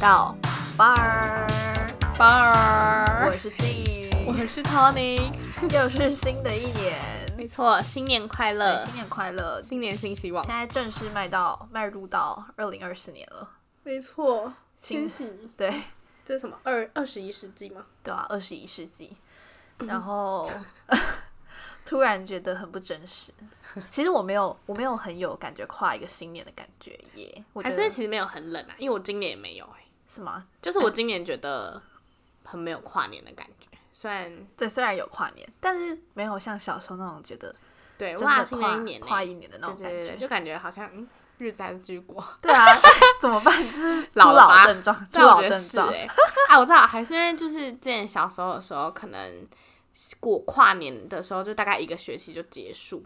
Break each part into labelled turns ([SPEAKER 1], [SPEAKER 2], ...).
[SPEAKER 1] 到 Bar，
[SPEAKER 2] ，bar，
[SPEAKER 1] 我是静，
[SPEAKER 2] 我是 Tony，
[SPEAKER 1] 又是新的一年，
[SPEAKER 2] 没错，新年快
[SPEAKER 1] 对，
[SPEAKER 2] 乐
[SPEAKER 1] 新，年快乐！
[SPEAKER 2] 新年新希望
[SPEAKER 1] 现，在正式迈到迈入到二零二四年了，
[SPEAKER 3] 没错，
[SPEAKER 1] 新
[SPEAKER 3] 千禧，
[SPEAKER 1] 对
[SPEAKER 3] 这是什么二二十一世纪吗？
[SPEAKER 1] 对啊，二十一世 纪，然后突然觉得很不真实。其实我没有，我没有很有感觉跨一个新年的感觉耶，我觉
[SPEAKER 2] 还
[SPEAKER 1] 得
[SPEAKER 2] 是哎其实没有很冷啊，因为我今年也没有哎、
[SPEAKER 1] 是吗？
[SPEAKER 2] 就是我今年觉得很没有跨年的感觉，虽然
[SPEAKER 1] 对，虽然有跨年，但是没有像小时候那种觉 得
[SPEAKER 2] 对
[SPEAKER 1] 真
[SPEAKER 2] 哇，
[SPEAKER 1] 的
[SPEAKER 2] 新的
[SPEAKER 1] 跨
[SPEAKER 2] 一年、欸、
[SPEAKER 1] 跨一年的那
[SPEAKER 2] 对
[SPEAKER 1] 种
[SPEAKER 2] 对
[SPEAKER 1] 感
[SPEAKER 2] 对
[SPEAKER 1] 觉
[SPEAKER 2] 对，。就感觉好像嗯，日子还是继 续过，
[SPEAKER 1] 对啊，怎么办？这是初
[SPEAKER 2] 老了
[SPEAKER 1] 老
[SPEAKER 2] 吧
[SPEAKER 1] 症状，初
[SPEAKER 2] 对啊
[SPEAKER 1] 老
[SPEAKER 2] 我觉得
[SPEAKER 1] 症
[SPEAKER 2] 是
[SPEAKER 1] 状。
[SPEAKER 2] 哎、 啊，我知道，还是因为就是之前小时候的时候，可能过跨年的时候就大概一个学期就结束，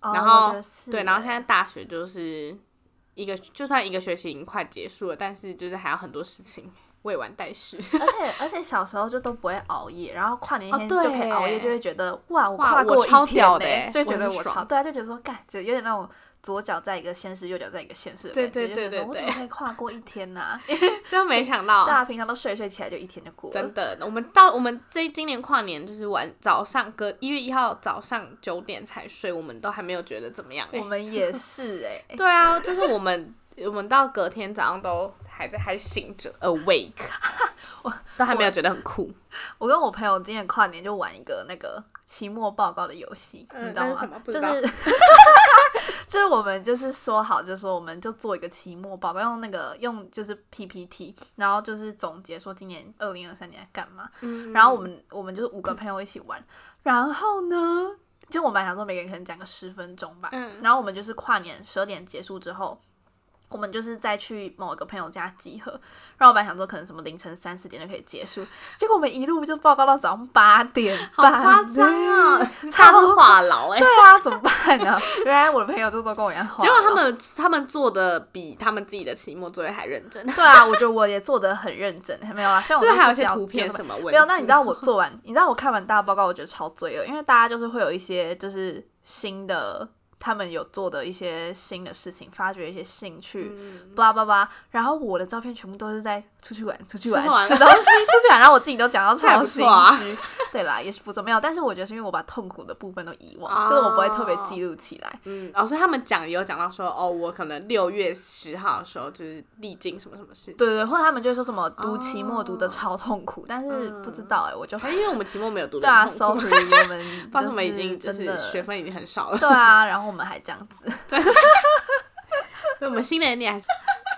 [SPEAKER 1] 哦
[SPEAKER 2] 然
[SPEAKER 1] 我觉
[SPEAKER 2] 后
[SPEAKER 1] 得是
[SPEAKER 2] 对，然后现
[SPEAKER 1] 欸
[SPEAKER 2] 在大学就是一个，就算一个学期已经快结束了，但是就是还有很多事情未完待续。
[SPEAKER 1] 而且而且小时候就都不会熬夜，然后跨年
[SPEAKER 2] 哦
[SPEAKER 1] 那天就可以熬夜，
[SPEAKER 2] 对
[SPEAKER 1] 就会觉得哇，我
[SPEAKER 2] 哇
[SPEAKER 1] 跨
[SPEAKER 2] 我
[SPEAKER 1] 过一
[SPEAKER 2] 超
[SPEAKER 1] 天
[SPEAKER 2] 屌
[SPEAKER 1] 呢
[SPEAKER 2] 的欸
[SPEAKER 1] 就
[SPEAKER 2] 我
[SPEAKER 1] 觉
[SPEAKER 2] 很
[SPEAKER 1] 得我
[SPEAKER 2] 爽
[SPEAKER 1] 超对啊，就觉得说干，就有点那种左脚在一个现实，右脚在一个现实的
[SPEAKER 2] 对
[SPEAKER 1] 感觉，
[SPEAKER 2] 对
[SPEAKER 1] 就觉得
[SPEAKER 2] 对对
[SPEAKER 1] 我怎
[SPEAKER 2] 对
[SPEAKER 1] 么可以跨过一天 呢？因为
[SPEAKER 2] 就没想
[SPEAKER 1] 大
[SPEAKER 2] 到，
[SPEAKER 1] 家平常都睡一睡起来就一天就过了
[SPEAKER 2] 真，的，我们到我们这今年跨年就是晚早上隔一月一号早上九点才睡，我们都还没有觉得怎么样、欸。
[SPEAKER 1] 我们也 是哎
[SPEAKER 2] 对啊，就是我们我们到隔天早上都还在还醒着，awake，都还没有觉得很酷。
[SPEAKER 1] 我跟我朋友今年跨年就玩一个那个期末报告的游戏，
[SPEAKER 3] 嗯
[SPEAKER 1] 你知道
[SPEAKER 3] 那是
[SPEAKER 1] 吗
[SPEAKER 3] 什么？不
[SPEAKER 1] 就
[SPEAKER 3] 知道
[SPEAKER 1] 是 就是我们就是说好，就是说我们就做一个期末报告，用那个用就是 PPT，然后就是总结说今年二零二三年在干嘛。然
[SPEAKER 2] 嗯
[SPEAKER 1] 后我们我们就是五个朋友一起玩，然后呢，就我们本来想说每个人可能讲个十分钟吧，
[SPEAKER 2] 嗯
[SPEAKER 1] 然后我们就是跨年十二点结束之后。我们就是再去某一个朋友家集合，然后我本来想说可能什么凌晨三四点就可以结束，结果我们一路就报告到早上八点
[SPEAKER 2] 好
[SPEAKER 1] 半，
[SPEAKER 2] 夸张 哦，
[SPEAKER 1] 差
[SPEAKER 2] 差
[SPEAKER 1] 不
[SPEAKER 2] 不
[SPEAKER 1] 多
[SPEAKER 2] 话痨哎
[SPEAKER 1] 啊 对。啊，怎么办呢、原来我的朋友就都跟我一样话痨，
[SPEAKER 2] 结果他们他们做的比他们自己的期末作业还认真，
[SPEAKER 1] 对啊，我觉得我也做的很认真，没有啦，像我
[SPEAKER 2] 就是还有一些
[SPEAKER 1] 比较
[SPEAKER 2] 图片
[SPEAKER 1] 就是
[SPEAKER 2] 什么文字，
[SPEAKER 1] 没有，那你知道我做完，你知道我看完大家报告，我觉得超罪恶，因为大家就是会有一些就是新的，他们有做的一些新的事情，发掘一些兴趣，
[SPEAKER 2] 嗯
[SPEAKER 1] 巴拉巴拉。然后我的照片全部都是在出去玩、出去玩、
[SPEAKER 2] 吃完
[SPEAKER 1] 吃东西、出去玩，然后我自己都讲到
[SPEAKER 2] 这还
[SPEAKER 1] 超
[SPEAKER 2] 不
[SPEAKER 1] 心
[SPEAKER 2] 错啊
[SPEAKER 1] 虚。对啦，也是不错，没有，但是我觉得是因为我把痛苦的部分都遗忘，
[SPEAKER 2] 哦
[SPEAKER 1] 就是我不会特别记录起来。
[SPEAKER 2] 嗯，哦，所以他们讲也有讲到说，哦，我可能六月十号的时候就是历经什么什么事情，
[SPEAKER 1] 对对对，或者他们就会说什么读期末读的
[SPEAKER 2] 哦
[SPEAKER 1] 超痛苦，但是
[SPEAKER 2] 嗯
[SPEAKER 1] 不知道哎、我就
[SPEAKER 2] 还是因为我们期末没有读
[SPEAKER 1] 对
[SPEAKER 2] 的
[SPEAKER 1] 啊
[SPEAKER 2] 很 痛苦，
[SPEAKER 1] ，sorry，我 们
[SPEAKER 2] 不然
[SPEAKER 1] 就
[SPEAKER 2] 我们已经就
[SPEAKER 1] 真
[SPEAKER 2] 是
[SPEAKER 1] 的
[SPEAKER 2] 学分已经很少 了，
[SPEAKER 1] 对啊，然后我们还这样子。
[SPEAKER 2] 所以我们新的一年还是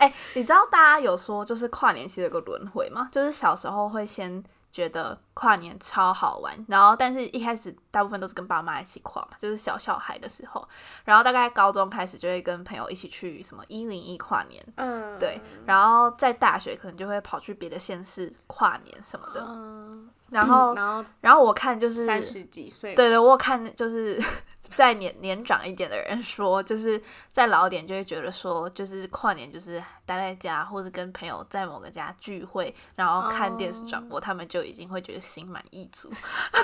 [SPEAKER 1] 哎、你知道大家有说就是跨年其实有个轮回吗？就是小时候会先觉得跨年超好玩，然后但是一开始大部分都是跟爸妈一起跨嘛，就是小小孩的时候，然后大概高中开始就会跟朋友一起去什么一零一跨年，
[SPEAKER 3] 嗯，
[SPEAKER 1] 对，然后在大学可能就会跑去别的县市跨年什么的，
[SPEAKER 2] 嗯，
[SPEAKER 1] 然后
[SPEAKER 2] 然后
[SPEAKER 1] 然后我看就是
[SPEAKER 2] 三十几岁，
[SPEAKER 1] 对对，我有看就是 在年年长一点的人说，就是再老一点就会觉得说，就是跨年就是待在家，或者跟朋友在某个家聚会，然后看电视转
[SPEAKER 2] 哦
[SPEAKER 1] 播，他们就已经会觉得心满意足。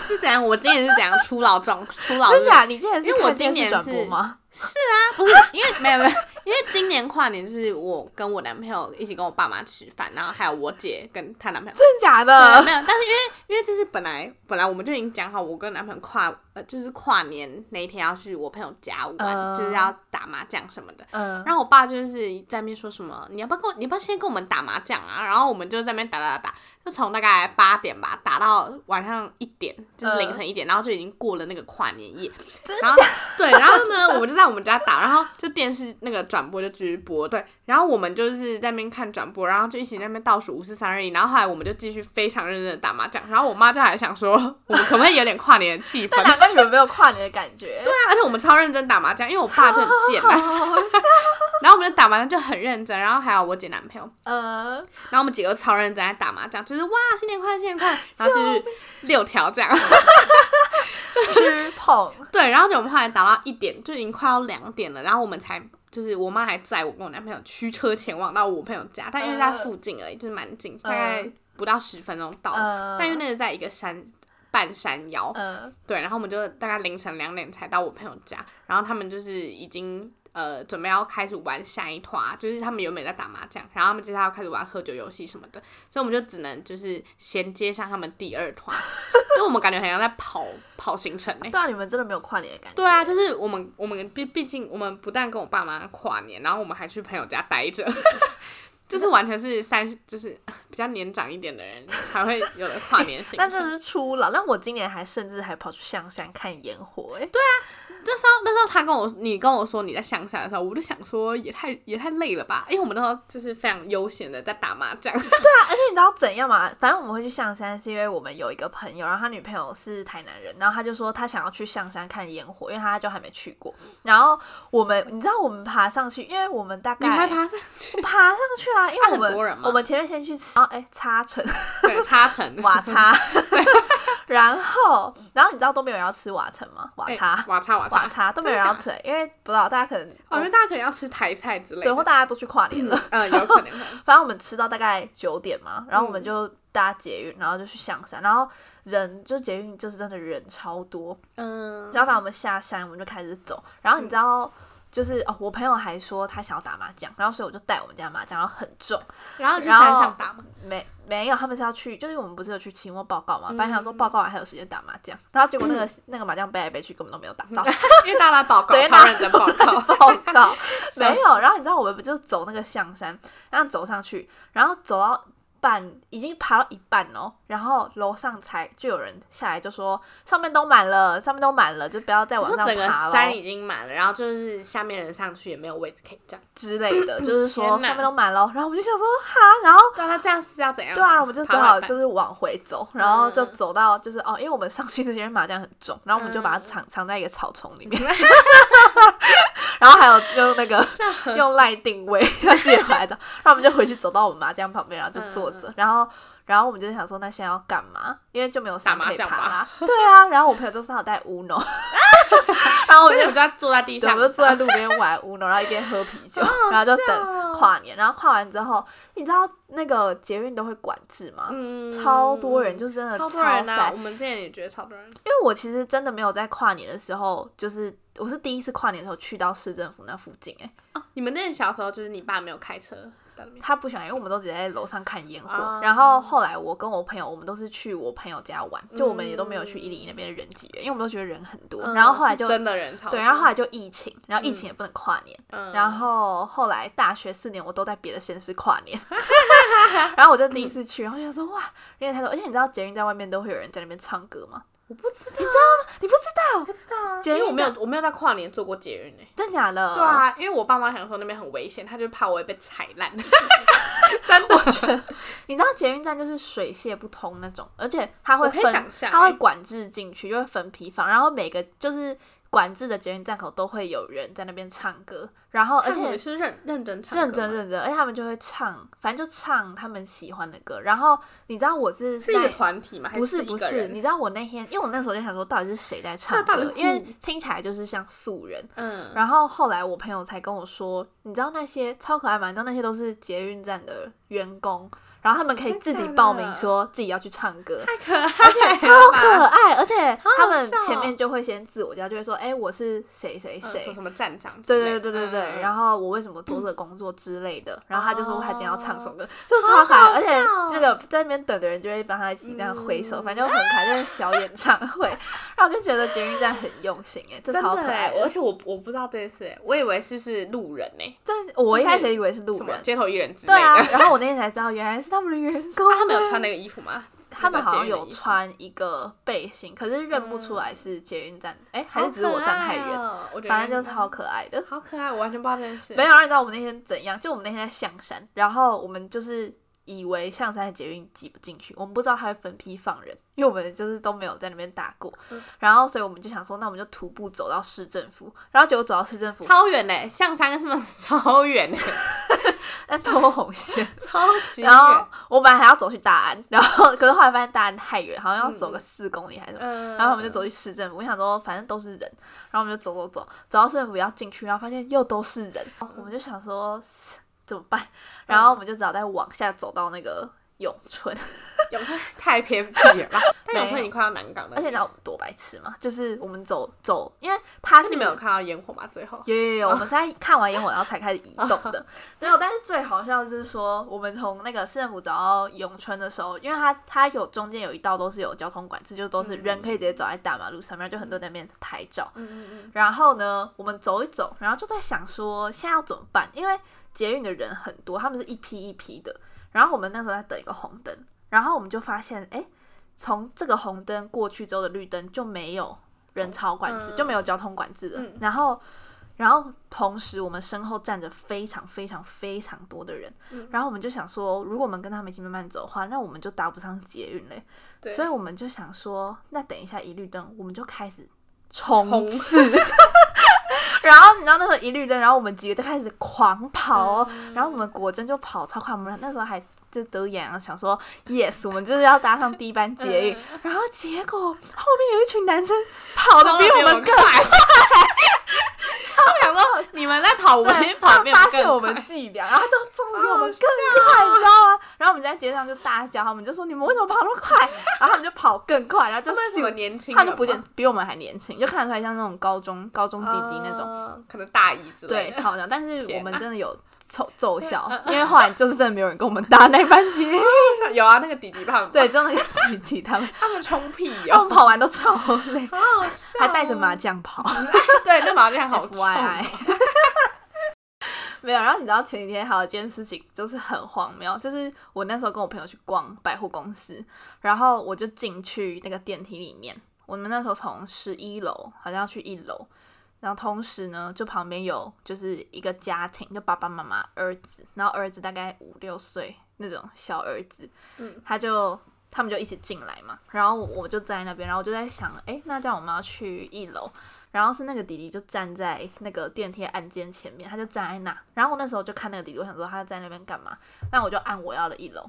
[SPEAKER 2] 是怎样？我今年是怎样初老状 初老
[SPEAKER 1] 真
[SPEAKER 2] 日？
[SPEAKER 1] 的、啊？你之前是
[SPEAKER 2] 因为我
[SPEAKER 1] 看
[SPEAKER 2] 今
[SPEAKER 1] 电视
[SPEAKER 2] 年
[SPEAKER 1] 转播
[SPEAKER 2] 是
[SPEAKER 1] 吗？
[SPEAKER 2] 不是因为没有没 有，因为今年跨年就是我跟我男朋友一起跟我爸妈吃饭，然后还有我姐跟她男朋友。
[SPEAKER 1] 真的假
[SPEAKER 2] 对，
[SPEAKER 1] 的？
[SPEAKER 2] 没有，但是因为因为就是本来本来我们就已经讲好，我跟男朋友跨呃就是跨年那一天要去我朋友家玩，
[SPEAKER 1] 嗯
[SPEAKER 2] 就是要打麻将什么的。
[SPEAKER 1] 嗯，
[SPEAKER 2] 然后我爸就是在那边说什么，你要不要跟我，你要不要先跟我们打麻将啊？然后我们就在那边打打打打，就从大概八点吧打到晚上一点，就是凌晨一点，然后就已经过了那个跨年夜。然后对，然后呢，我们就在我们家打，然后就电视那个转播就继续播，对，然后我们就是在那边看转播，然后就一起在那边倒数五四三二一，然后后来我们就继续非常认真的打麻将，然后我妈就还想说，我们可不可以有点跨年的气氛？
[SPEAKER 1] 但难怪你们没有跨年的感觉。对
[SPEAKER 2] 对啊，啊而且我们超认真打麻将，因为我爸就很贱嘛， 然后我们就打麻将就很认真，然后还有我姐男朋友，
[SPEAKER 1] 嗯，
[SPEAKER 2] 然后我们几个都超认真在打麻将，就是哇新年快乐新年快乐，然后就是六条这样，
[SPEAKER 1] 吃碰，
[SPEAKER 2] 对，然后就我们后来打到一点，就已经快要两点了，然后我们才就是我妈还载我跟我男朋友驱车前往到我朋友家，但因为在附近而已，就是蛮近，大概不到十分钟到
[SPEAKER 1] 嗯，
[SPEAKER 2] 了，但因为那个在一个山半山腰，
[SPEAKER 1] 嗯，
[SPEAKER 2] 对，然后我们就大概凌晨两点才到我朋友家，然后他们就是已经呃准备要开始玩下一团，啊就是他们原本在打麻将，然后他们接下来要开始玩喝酒游戏什么的，所以我们就只能就是衔接上他们第二团， 就我们感觉好像在跑跑行程呢、
[SPEAKER 1] 对啊，你们真的没有跨年的感觉。
[SPEAKER 2] 哎对啊，就是我们我们毕毕竟我们不但跟我爸妈跨年，然后我们还去朋友家待着， 就是完全是三就是比较年长一点的人才会有的跨年行程。
[SPEAKER 1] 但真的是初老。那我今年还甚至还跑去象山看烟火、欸，哎，对，
[SPEAKER 2] 那时候那时候他跟我你跟我说你在乡下的时候，我就想说也太也太累了吧，因为我们那时候就是非常悠闲的在打麻 将，
[SPEAKER 1] 而且你知道怎样吗？反正我们会去象山，是因为我们有一个朋友，然后他女朋友是台南人，然后他就说他想要去象山看烟火，因为他就还没去过。然后我们，你知道我们爬上去，因为我们大概
[SPEAKER 2] 你还爬上去，
[SPEAKER 1] 爬上去啊，因为我
[SPEAKER 2] 啊很多人
[SPEAKER 1] 们
[SPEAKER 2] 吗
[SPEAKER 1] 我们前面先去吃，然后哎擦城
[SPEAKER 2] 对，插成
[SPEAKER 1] 瓦 擦，然后然后你知道都没有人要吃瓦城吗？瓦
[SPEAKER 2] 哎
[SPEAKER 1] 擦、
[SPEAKER 2] 瓦擦瓦
[SPEAKER 1] 瓦
[SPEAKER 2] 擦，
[SPEAKER 1] 擦都没有人要吃、因为不知道大家可能
[SPEAKER 2] 哦，因为大家可能要吃台菜之类
[SPEAKER 1] 对，或
[SPEAKER 2] 的，
[SPEAKER 1] 大家都去跨年了。
[SPEAKER 2] 嗯，有可能。
[SPEAKER 1] 反正我们吃到大概九点嘛，然后我们就搭捷运，然后就去象山，然后人就捷运就是真的人超多，
[SPEAKER 2] 嗯，
[SPEAKER 1] 然后把我们下山，我们就开始走，然后你知道。就是哦，我朋友还说他想要打麻将，然后所以我就带我们家麻将，然后很重，
[SPEAKER 2] 然后去
[SPEAKER 1] 然后
[SPEAKER 2] 山上打嘛，
[SPEAKER 1] 没没有，他们是要去，就是我们不是有去期末报告嘛，本来想说报告完还有时间打麻将，然后结果那个、那个麻将背来背去根本都没有打到，
[SPEAKER 2] 因为大家报告
[SPEAKER 1] 对
[SPEAKER 2] 超认真报告，
[SPEAKER 1] 报告
[SPEAKER 2] 死
[SPEAKER 1] 没有。然后你知道我们不就走那个象山，然后走上去，然后走到半已经爬到一半哦，然后楼上才就有人下来就说上面都满了，上面都满了，就不要再往
[SPEAKER 2] 说
[SPEAKER 1] 上
[SPEAKER 2] 整个
[SPEAKER 1] 爬
[SPEAKER 2] 山
[SPEAKER 1] 了
[SPEAKER 2] 已经满了，然后就是下面人上去也没有位置可以站，
[SPEAKER 1] 之类的，就是说
[SPEAKER 2] 天哪
[SPEAKER 1] 上面都满了。然后我就想说哈，然后。
[SPEAKER 2] 对啊，那这样是要怎样？
[SPEAKER 1] 对啊，我们就只
[SPEAKER 2] 爬到嗯
[SPEAKER 1] 好
[SPEAKER 2] 一半
[SPEAKER 1] 就是往回走，然后就走到就是哦，因为我们上去之前麻将很重，然后我们就把它
[SPEAKER 2] 嗯
[SPEAKER 1] 藏藏在一个草丛里面， 然后还有用那个用赖定位 要记得回来的，然后我们就回去走到我们麻将旁边，然后就坐
[SPEAKER 2] 嗯
[SPEAKER 1] 着，然后。然后我们就想说，那现在要干嘛？因为就没有山
[SPEAKER 2] 打麻
[SPEAKER 1] 可以
[SPEAKER 2] 将
[SPEAKER 1] 爬
[SPEAKER 2] 吧
[SPEAKER 1] 啦。对啊，然后我朋友就正好带 Uno，然后我
[SPEAKER 2] 所
[SPEAKER 1] 们
[SPEAKER 2] 以
[SPEAKER 1] 就
[SPEAKER 2] 我们就要坐在地
[SPEAKER 1] 对，
[SPEAKER 2] 上，
[SPEAKER 1] 我们就坐在路边玩 Uno，然后一边喝啤酒，然后就
[SPEAKER 2] 哦
[SPEAKER 1] 等跨年。然后跨完之后，你知道那个捷运都会管制吗？
[SPEAKER 2] 嗯
[SPEAKER 1] 超多人，就真的
[SPEAKER 2] 超多
[SPEAKER 1] 塞。
[SPEAKER 2] 人啊！我们之前也觉得超多人，
[SPEAKER 1] 因为我其实真的没有在跨年的时候，就是我是第一次跨年的时候去到市政府那附近、欸，哎，
[SPEAKER 2] 你们那个小时候就是你爸没有开车到那边，
[SPEAKER 1] 他不喜欢，因为我们都只在楼上看烟火。
[SPEAKER 2] 啊
[SPEAKER 1] 然后后来我跟我朋友，我们都是去我朋友家玩，就我们也都没有去一零一那边的人挤人，因为我们都觉得人很多。嗯然后后来
[SPEAKER 2] 嗯是
[SPEAKER 1] 就
[SPEAKER 2] 真的人超多
[SPEAKER 1] 对，然后后来就疫情，然后疫情也不能跨年，
[SPEAKER 2] 嗯
[SPEAKER 1] 然后后来大学四年我都在别的县市跨 年， 然后我就第一次去，然后就想说哇，人也太多，而且你知道捷运在外面都会有人在那边唱歌吗？
[SPEAKER 2] 我不知道，
[SPEAKER 1] 你不知道，
[SPEAKER 2] 啊因
[SPEAKER 1] 捷
[SPEAKER 2] 为
[SPEAKER 1] 运
[SPEAKER 2] 我没有
[SPEAKER 1] 在
[SPEAKER 2] 我没有在跨年坐过捷运诶。
[SPEAKER 1] 真假的？
[SPEAKER 2] 对，啊，因为我爸妈想说那边很危险，他就怕我会被踩烂。
[SPEAKER 1] 真的。我觉得你知道捷运站就是水泄不通那种，而且它会
[SPEAKER 2] 我可以
[SPEAKER 1] 分
[SPEAKER 2] 想，象
[SPEAKER 1] 它会
[SPEAKER 2] 欸
[SPEAKER 1] 管制进去，就会分批放，然后每个就是管制的捷运站口都会有人在那边唱歌，然后哦而
[SPEAKER 2] 他们
[SPEAKER 1] 且
[SPEAKER 2] 是认认真唱歌吗，
[SPEAKER 1] 认真认真，而且他们就会唱，反正就唱他们喜欢的歌。然后你知道我是
[SPEAKER 2] 是一
[SPEAKER 1] 那
[SPEAKER 2] 个团体吗？还
[SPEAKER 1] 不
[SPEAKER 2] 是
[SPEAKER 1] 是
[SPEAKER 2] 一个
[SPEAKER 1] 不是，
[SPEAKER 2] 人
[SPEAKER 1] 你知道我那天，因为我那时候就想说，到底是谁在唱
[SPEAKER 2] 那到底
[SPEAKER 1] 歌？因为
[SPEAKER 2] who？
[SPEAKER 1] 听起来就是像素人。
[SPEAKER 2] 嗯，
[SPEAKER 1] 然后后来我朋友才跟我说，你知道那些超可爱嘛？你知道那些都是捷运站的员工，然后他们可以自
[SPEAKER 2] 真
[SPEAKER 1] 己
[SPEAKER 2] 假的
[SPEAKER 1] 报名说自己要去唱歌，
[SPEAKER 2] 太可爱了，
[SPEAKER 1] 超可爱。而且他们
[SPEAKER 2] 好好笑哦
[SPEAKER 1] 前面就会先自我介绍，就会说，哎，我是谁谁
[SPEAKER 2] 嗯
[SPEAKER 1] 谁，
[SPEAKER 2] 什么站长之
[SPEAKER 1] 对
[SPEAKER 2] 类
[SPEAKER 1] 对
[SPEAKER 2] 的？
[SPEAKER 1] 对
[SPEAKER 2] 嗯
[SPEAKER 1] 对对，然
[SPEAKER 2] 后
[SPEAKER 1] 后我为什么做这个工作之类的，然后他就说他今天要唱什么歌，就
[SPEAKER 2] 哦好
[SPEAKER 1] 超可爱，
[SPEAKER 2] 好
[SPEAKER 1] 而且
[SPEAKER 2] 笑
[SPEAKER 1] 那个在那边等的人就会帮他一起这样挥手，
[SPEAKER 2] 嗯
[SPEAKER 1] 反正就很可爱，就是小演唱 会，然后我就觉得捷运站很用心哎、这
[SPEAKER 2] 真
[SPEAKER 1] 超
[SPEAKER 2] 的
[SPEAKER 1] 可爱
[SPEAKER 2] 哎，而
[SPEAKER 1] 的。
[SPEAKER 2] 且我我不知道这件事欸，我以为是是路人呢，
[SPEAKER 1] 但我一开始以为是路
[SPEAKER 2] 什么
[SPEAKER 1] 人，
[SPEAKER 2] 街头艺人之类
[SPEAKER 1] 对啊，
[SPEAKER 2] 的。
[SPEAKER 1] 然后我那天才知道原来是他们的员工，
[SPEAKER 2] 他们有穿那个衣服吗？
[SPEAKER 1] 他们好像
[SPEAKER 2] 那个捷运
[SPEAKER 1] 有
[SPEAKER 2] 的嗯衣服
[SPEAKER 1] 穿一个背心，可是认不出来是捷运站，哎、还是只是我站太远，
[SPEAKER 2] 远
[SPEAKER 1] 反正就是好可爱的。
[SPEAKER 2] 好可爱，我完全不知道这件事。
[SPEAKER 1] 没有，啊然后你知道我们那天怎样？就我们那天在象山，然后我们就是以为象山的捷运挤不进去，我们不知道它会分批放人，因为我们就是都没有在那边打过。然后，所以我们就想说，那我们就徒步走到市政府，然后结果走到市政府，
[SPEAKER 2] 超远嘞，象山是吗？超 远嘞，
[SPEAKER 1] 那通红线，
[SPEAKER 2] 超级
[SPEAKER 1] 然后我本来还要走去大安，然后可是后来发现大安太远，好像要走个四公里还是什么。
[SPEAKER 2] 嗯
[SPEAKER 1] 然后我们就走去市政府，我想说反正都是人，然后我们就走走走，走到市政府要进去，然后发现又都
[SPEAKER 2] 哦
[SPEAKER 1] 是人，我们就想说嘶怎么办？然后我们就只好再往下走到那个永春，
[SPEAKER 2] 嗯永春太偏僻 了吧？但永春
[SPEAKER 1] 没有
[SPEAKER 2] 已经快到南港了，
[SPEAKER 1] 而且你知道我们多白痴吗？就是我们走走，因为它
[SPEAKER 2] 那
[SPEAKER 1] 是
[SPEAKER 2] 你没有看到烟火吗？最后
[SPEAKER 1] 有有有，我们是在看完烟火然后才开始移动
[SPEAKER 2] 哦
[SPEAKER 1] 的。没有，但是最好笑的就是说，我们从那个市政府走到永春的时候，因为它它有中间有一道都是有交通管制，就都
[SPEAKER 2] 嗯
[SPEAKER 1] 是人可以直接走在大马路上面，就很多人在那边拍照。
[SPEAKER 3] 嗯
[SPEAKER 1] 然后呢，我们走一走，然后就在想说现在要怎么办，因为捷运的人很多，他们是一批一批的。然后我们那时候在等一个红灯，然后我们就发现，哎，从这个红灯过去之后的绿灯就没有人潮管制，
[SPEAKER 3] 嗯
[SPEAKER 1] 就没有交通管制了。
[SPEAKER 3] 嗯
[SPEAKER 1] 然后然后同时我们身后站着非常非常非常多的人，
[SPEAKER 3] 嗯
[SPEAKER 1] 然后我们就想说，如果我们跟他们一起慢慢走的话，那我们就搭不上捷运嘞。
[SPEAKER 3] 对
[SPEAKER 1] 所以我们就想说，那等一下一绿灯，我们就开始冲
[SPEAKER 2] 冲
[SPEAKER 1] 刺。然后你知道那时候一绿灯，然后我们几个就开始狂跑哦，
[SPEAKER 2] 嗯
[SPEAKER 1] 然后我们果真就跑超快，我们那时候还就得眼啊，想说 yes，我们就是要搭上第一班捷运，
[SPEAKER 2] 嗯
[SPEAKER 1] 然后结果后面有一群男生跑的比我们更
[SPEAKER 2] 快。我想说， 你们在跑，我们
[SPEAKER 1] 对，
[SPEAKER 2] 跑，
[SPEAKER 1] 他
[SPEAKER 2] 比
[SPEAKER 1] 发
[SPEAKER 2] 更
[SPEAKER 1] 现我们
[SPEAKER 2] 快
[SPEAKER 1] 伎俩，然后就冲的比我们更快，你知道吗？然后我们在街上就大叫，他们就说你们为什么跑那么快？然后他们就跑更快，然后就
[SPEAKER 2] 他们什
[SPEAKER 1] 咻
[SPEAKER 2] 么年轻人
[SPEAKER 1] 他
[SPEAKER 2] 吗，
[SPEAKER 1] 就不见比我们还年轻，就看得出来像那种高中高中弟弟那种，
[SPEAKER 2] 种，可能大椅之类
[SPEAKER 1] 哦对，
[SPEAKER 2] 的。
[SPEAKER 1] 超像。但是
[SPEAKER 2] 天
[SPEAKER 1] 我们真的有奏奏效，因为后来就是真的没有人跟我们搭那班机，
[SPEAKER 2] 对，有啊，那个弟弟胖，，
[SPEAKER 1] 对，真的跟弟弟他们，
[SPEAKER 2] 他们冲屁
[SPEAKER 1] 他
[SPEAKER 2] 哦，
[SPEAKER 1] 们跑完都超累，
[SPEAKER 2] 好好笑
[SPEAKER 1] 还带着麻将跑。
[SPEAKER 2] 对，那麻将好
[SPEAKER 1] 哦 F Y I
[SPEAKER 2] 臭。
[SPEAKER 1] 没有，然后你知道前几天还有一件事情，就是很荒谬，就是我那时候跟我朋友去逛百货公司，然后我就进去那个电梯里面，我们那时候从十一楼好像要去一楼，然后同时呢，就旁边有就是一个家庭，就爸爸妈妈、儿子，然后儿子大概五六岁那种小儿子，
[SPEAKER 3] 嗯，
[SPEAKER 1] 他就他们就一起进来嘛，然后我我就站在那边，然后我就在想，诶，那这样我们要去一楼，然后是那个弟弟就站在那个电梯按键前面，他就站在那，然后我那时候就看那个弟弟，我想说他在那边干嘛，那我就按我要的一楼，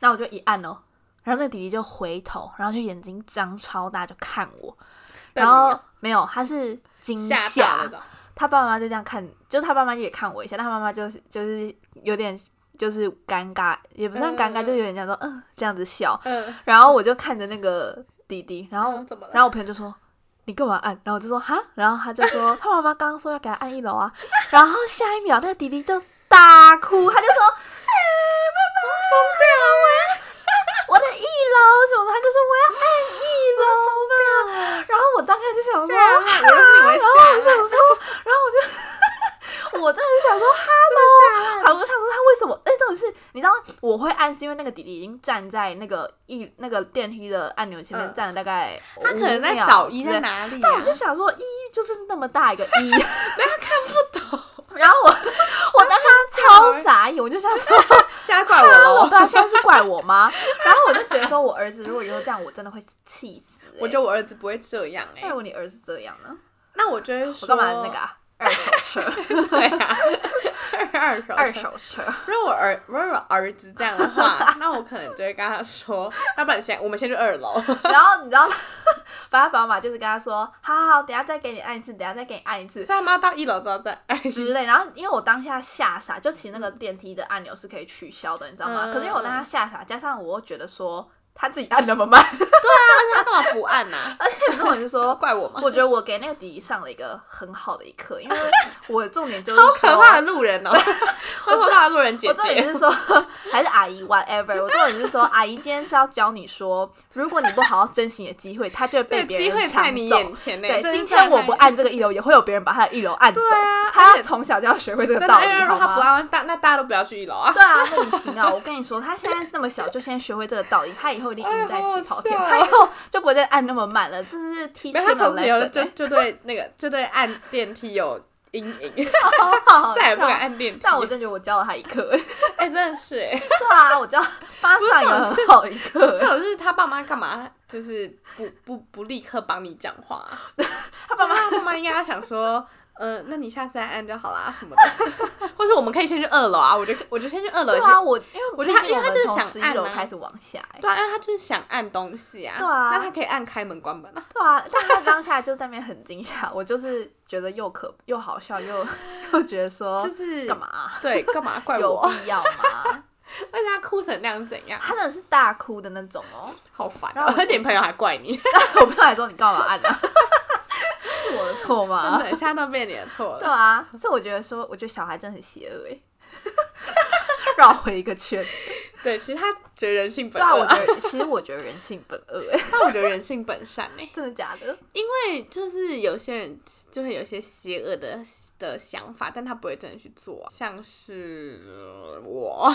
[SPEAKER 1] 那我就一按哦，然后那个弟弟就回头，然后就眼睛张超大就看我，
[SPEAKER 2] 瞪
[SPEAKER 1] 然
[SPEAKER 2] 你
[SPEAKER 1] 后
[SPEAKER 2] 哦
[SPEAKER 1] 没有，他是惊
[SPEAKER 2] 吓到那种，
[SPEAKER 1] 他爸妈就这样看，就是他爸妈也看我一下，但他妈妈就是就是有点就是尴尬，也不算尴尬，
[SPEAKER 3] 嗯嗯
[SPEAKER 2] 呃
[SPEAKER 3] 嗯
[SPEAKER 1] 就有点讲说嗯这样子笑，
[SPEAKER 3] 嗯，
[SPEAKER 1] 然后我就看着那个弟弟，然后、
[SPEAKER 3] 嗯怎么了
[SPEAKER 1] 然后我朋友就说你干嘛按？然后我就说哈，然后他就说他妈妈刚刚说要给他按一楼啊，然后下一秒那个弟弟就大哭，他就说哎、妈妈疯掉我要我的一楼什么的，他就说我要按一楼，不然然后我当时就想说
[SPEAKER 2] 吓烂我以为你会
[SPEAKER 1] 然后我
[SPEAKER 2] 吓
[SPEAKER 1] 想
[SPEAKER 2] 烂
[SPEAKER 1] 说，然后我就，我真的是想说，hello，好，我想说他为什么？哎，重点是，你知道我会按，是因为那个弟弟已经站在那个一那个电梯的按钮前面
[SPEAKER 2] 嗯
[SPEAKER 1] 站了大概，
[SPEAKER 2] 他可能在找一在。哪里啊？
[SPEAKER 1] 但我就想说，一就是那么大一个一， 但他看不懂。然后 我，我当时超傻眼，我就想 说，
[SPEAKER 2] 现在怪我喽
[SPEAKER 1] 哦，。对啊，现在是怪我吗？然后我就觉得说，我儿子如果以后这样，我真的会气死、欸。
[SPEAKER 2] 我觉得我儿子不会这样哎、
[SPEAKER 1] 那如果你儿子这样呢？
[SPEAKER 2] 那我就会
[SPEAKER 1] 我
[SPEAKER 2] 说
[SPEAKER 1] 干嘛那个、啊、二手车？
[SPEAKER 2] 对啊， 二手 车
[SPEAKER 1] 二。手车，
[SPEAKER 2] 如果我儿如果我儿子这样的话，那我可能就会跟他说，要不然先我们先去二楼。
[SPEAKER 1] 然后你知道，反正宝马就是跟他说，好好好，等一下再给你按一次，等一下再给你按一次
[SPEAKER 2] 所以他妈到一楼之后再哎，
[SPEAKER 1] 之类。然后因为我当下吓傻，就其实那个电梯的按钮是可以取消的，你知道吗？
[SPEAKER 2] 嗯
[SPEAKER 1] 可是因为我当下吓傻，加上我又觉得说他自己按那么慢，
[SPEAKER 2] 他干嘛不按呢、
[SPEAKER 1] 而 且重点是 说。
[SPEAKER 2] 怪我吗？
[SPEAKER 1] 我觉得我给那个弟弟上了一个很好的一课， 因为我的重点就是
[SPEAKER 2] 好可
[SPEAKER 1] 说
[SPEAKER 2] 怕的路人 哦，好可怕的路人姐
[SPEAKER 1] 我重点
[SPEAKER 2] 姐。
[SPEAKER 1] 是说， 还是阿姨 whatever。我重点是说，阿姨今天是要教你说，如果你不好好珍惜你的机会，他就会被
[SPEAKER 2] 这
[SPEAKER 1] 别
[SPEAKER 2] 机
[SPEAKER 1] 人
[SPEAKER 2] 会
[SPEAKER 1] 抢
[SPEAKER 2] 在你
[SPEAKER 1] 走
[SPEAKER 2] 眼前呢、
[SPEAKER 1] 对，
[SPEAKER 2] 真的
[SPEAKER 1] 今天我不
[SPEAKER 2] 太
[SPEAKER 1] 按这个一楼，也会有别人把他的一楼按走。
[SPEAKER 2] 对啊而
[SPEAKER 1] 他
[SPEAKER 2] 且
[SPEAKER 1] 要从小就要学会这
[SPEAKER 2] 真
[SPEAKER 1] 个
[SPEAKER 2] 的，
[SPEAKER 1] 道理，
[SPEAKER 2] 哎如
[SPEAKER 1] 好
[SPEAKER 2] 果他不
[SPEAKER 1] 吗？
[SPEAKER 2] 按，大那大家都不要去一楼啊。
[SPEAKER 1] 对啊，莫名其妙。我跟你说，他现在那么小就先学会这个道理，他以后一定赢在起跑点，他
[SPEAKER 2] 哎好好笑
[SPEAKER 1] 以后就不会再按那么慢了。这是 teach
[SPEAKER 2] 没有，他
[SPEAKER 1] him a
[SPEAKER 2] 从此以后
[SPEAKER 1] lesson
[SPEAKER 2] 就
[SPEAKER 1] 欸。
[SPEAKER 2] 就对那个就对按电梯有阴影，再也不敢按电梯。
[SPEAKER 1] 但我真觉得我教了他一课，
[SPEAKER 2] 哎、真的是哎、
[SPEAKER 1] 对啊，我教他上也 很好一课
[SPEAKER 2] 这。种是他爸妈干嘛？就是不不不立刻帮你讲 话、啊
[SPEAKER 1] 他爸妈
[SPEAKER 2] 他爸妈应该要想说，呃，那你下次再按就好啦什么的， 或者我们可以先去二楼啊，我就我就先去二楼
[SPEAKER 1] 对
[SPEAKER 2] 先。
[SPEAKER 1] 啊，我因为
[SPEAKER 2] 我觉得他
[SPEAKER 1] 毕竟
[SPEAKER 2] 因为他就是
[SPEAKER 1] 我们从
[SPEAKER 2] 想按啊
[SPEAKER 1] 十一楼开始往下、欸，
[SPEAKER 2] 对啊，因为他就是想按东西啊，
[SPEAKER 1] 对啊
[SPEAKER 2] 那他可以按开门关门啊，
[SPEAKER 1] 对啊，但他当下就在那边很惊吓，我就是觉得又可又 好笑又又觉得说
[SPEAKER 2] 就是
[SPEAKER 1] 干嘛啊、
[SPEAKER 2] 对，干嘛 怪
[SPEAKER 1] 有
[SPEAKER 2] 我？
[SPEAKER 1] 必要吗？
[SPEAKER 2] 而且他哭成那样怎样，
[SPEAKER 1] 他真的是大哭的那种哦。
[SPEAKER 2] 好烦
[SPEAKER 1] 然
[SPEAKER 2] 啊、
[SPEAKER 1] 后我
[SPEAKER 2] 而且你朋友还 怪你，
[SPEAKER 1] 我朋友还说你干嘛按啊？是我的错
[SPEAKER 2] 真
[SPEAKER 1] 吗？
[SPEAKER 2] 的，现在都变你的错
[SPEAKER 1] 对
[SPEAKER 2] 了。
[SPEAKER 1] 啊，所以我觉得说，我觉得小孩真的很邪恶 哎。绕回一个圈，
[SPEAKER 2] 对，其实他觉得人性
[SPEAKER 1] 对
[SPEAKER 2] 本
[SPEAKER 1] 啊，
[SPEAKER 2] 恶
[SPEAKER 1] 我
[SPEAKER 2] 啊，
[SPEAKER 1] 觉 得其实我觉得人性本恶哎，
[SPEAKER 2] 但我觉得人性本善欸呢、
[SPEAKER 1] 真的假的？
[SPEAKER 2] 因为就是有些人就会有一些邪恶的的想法，但他不会真的去做，啊像是呃 我，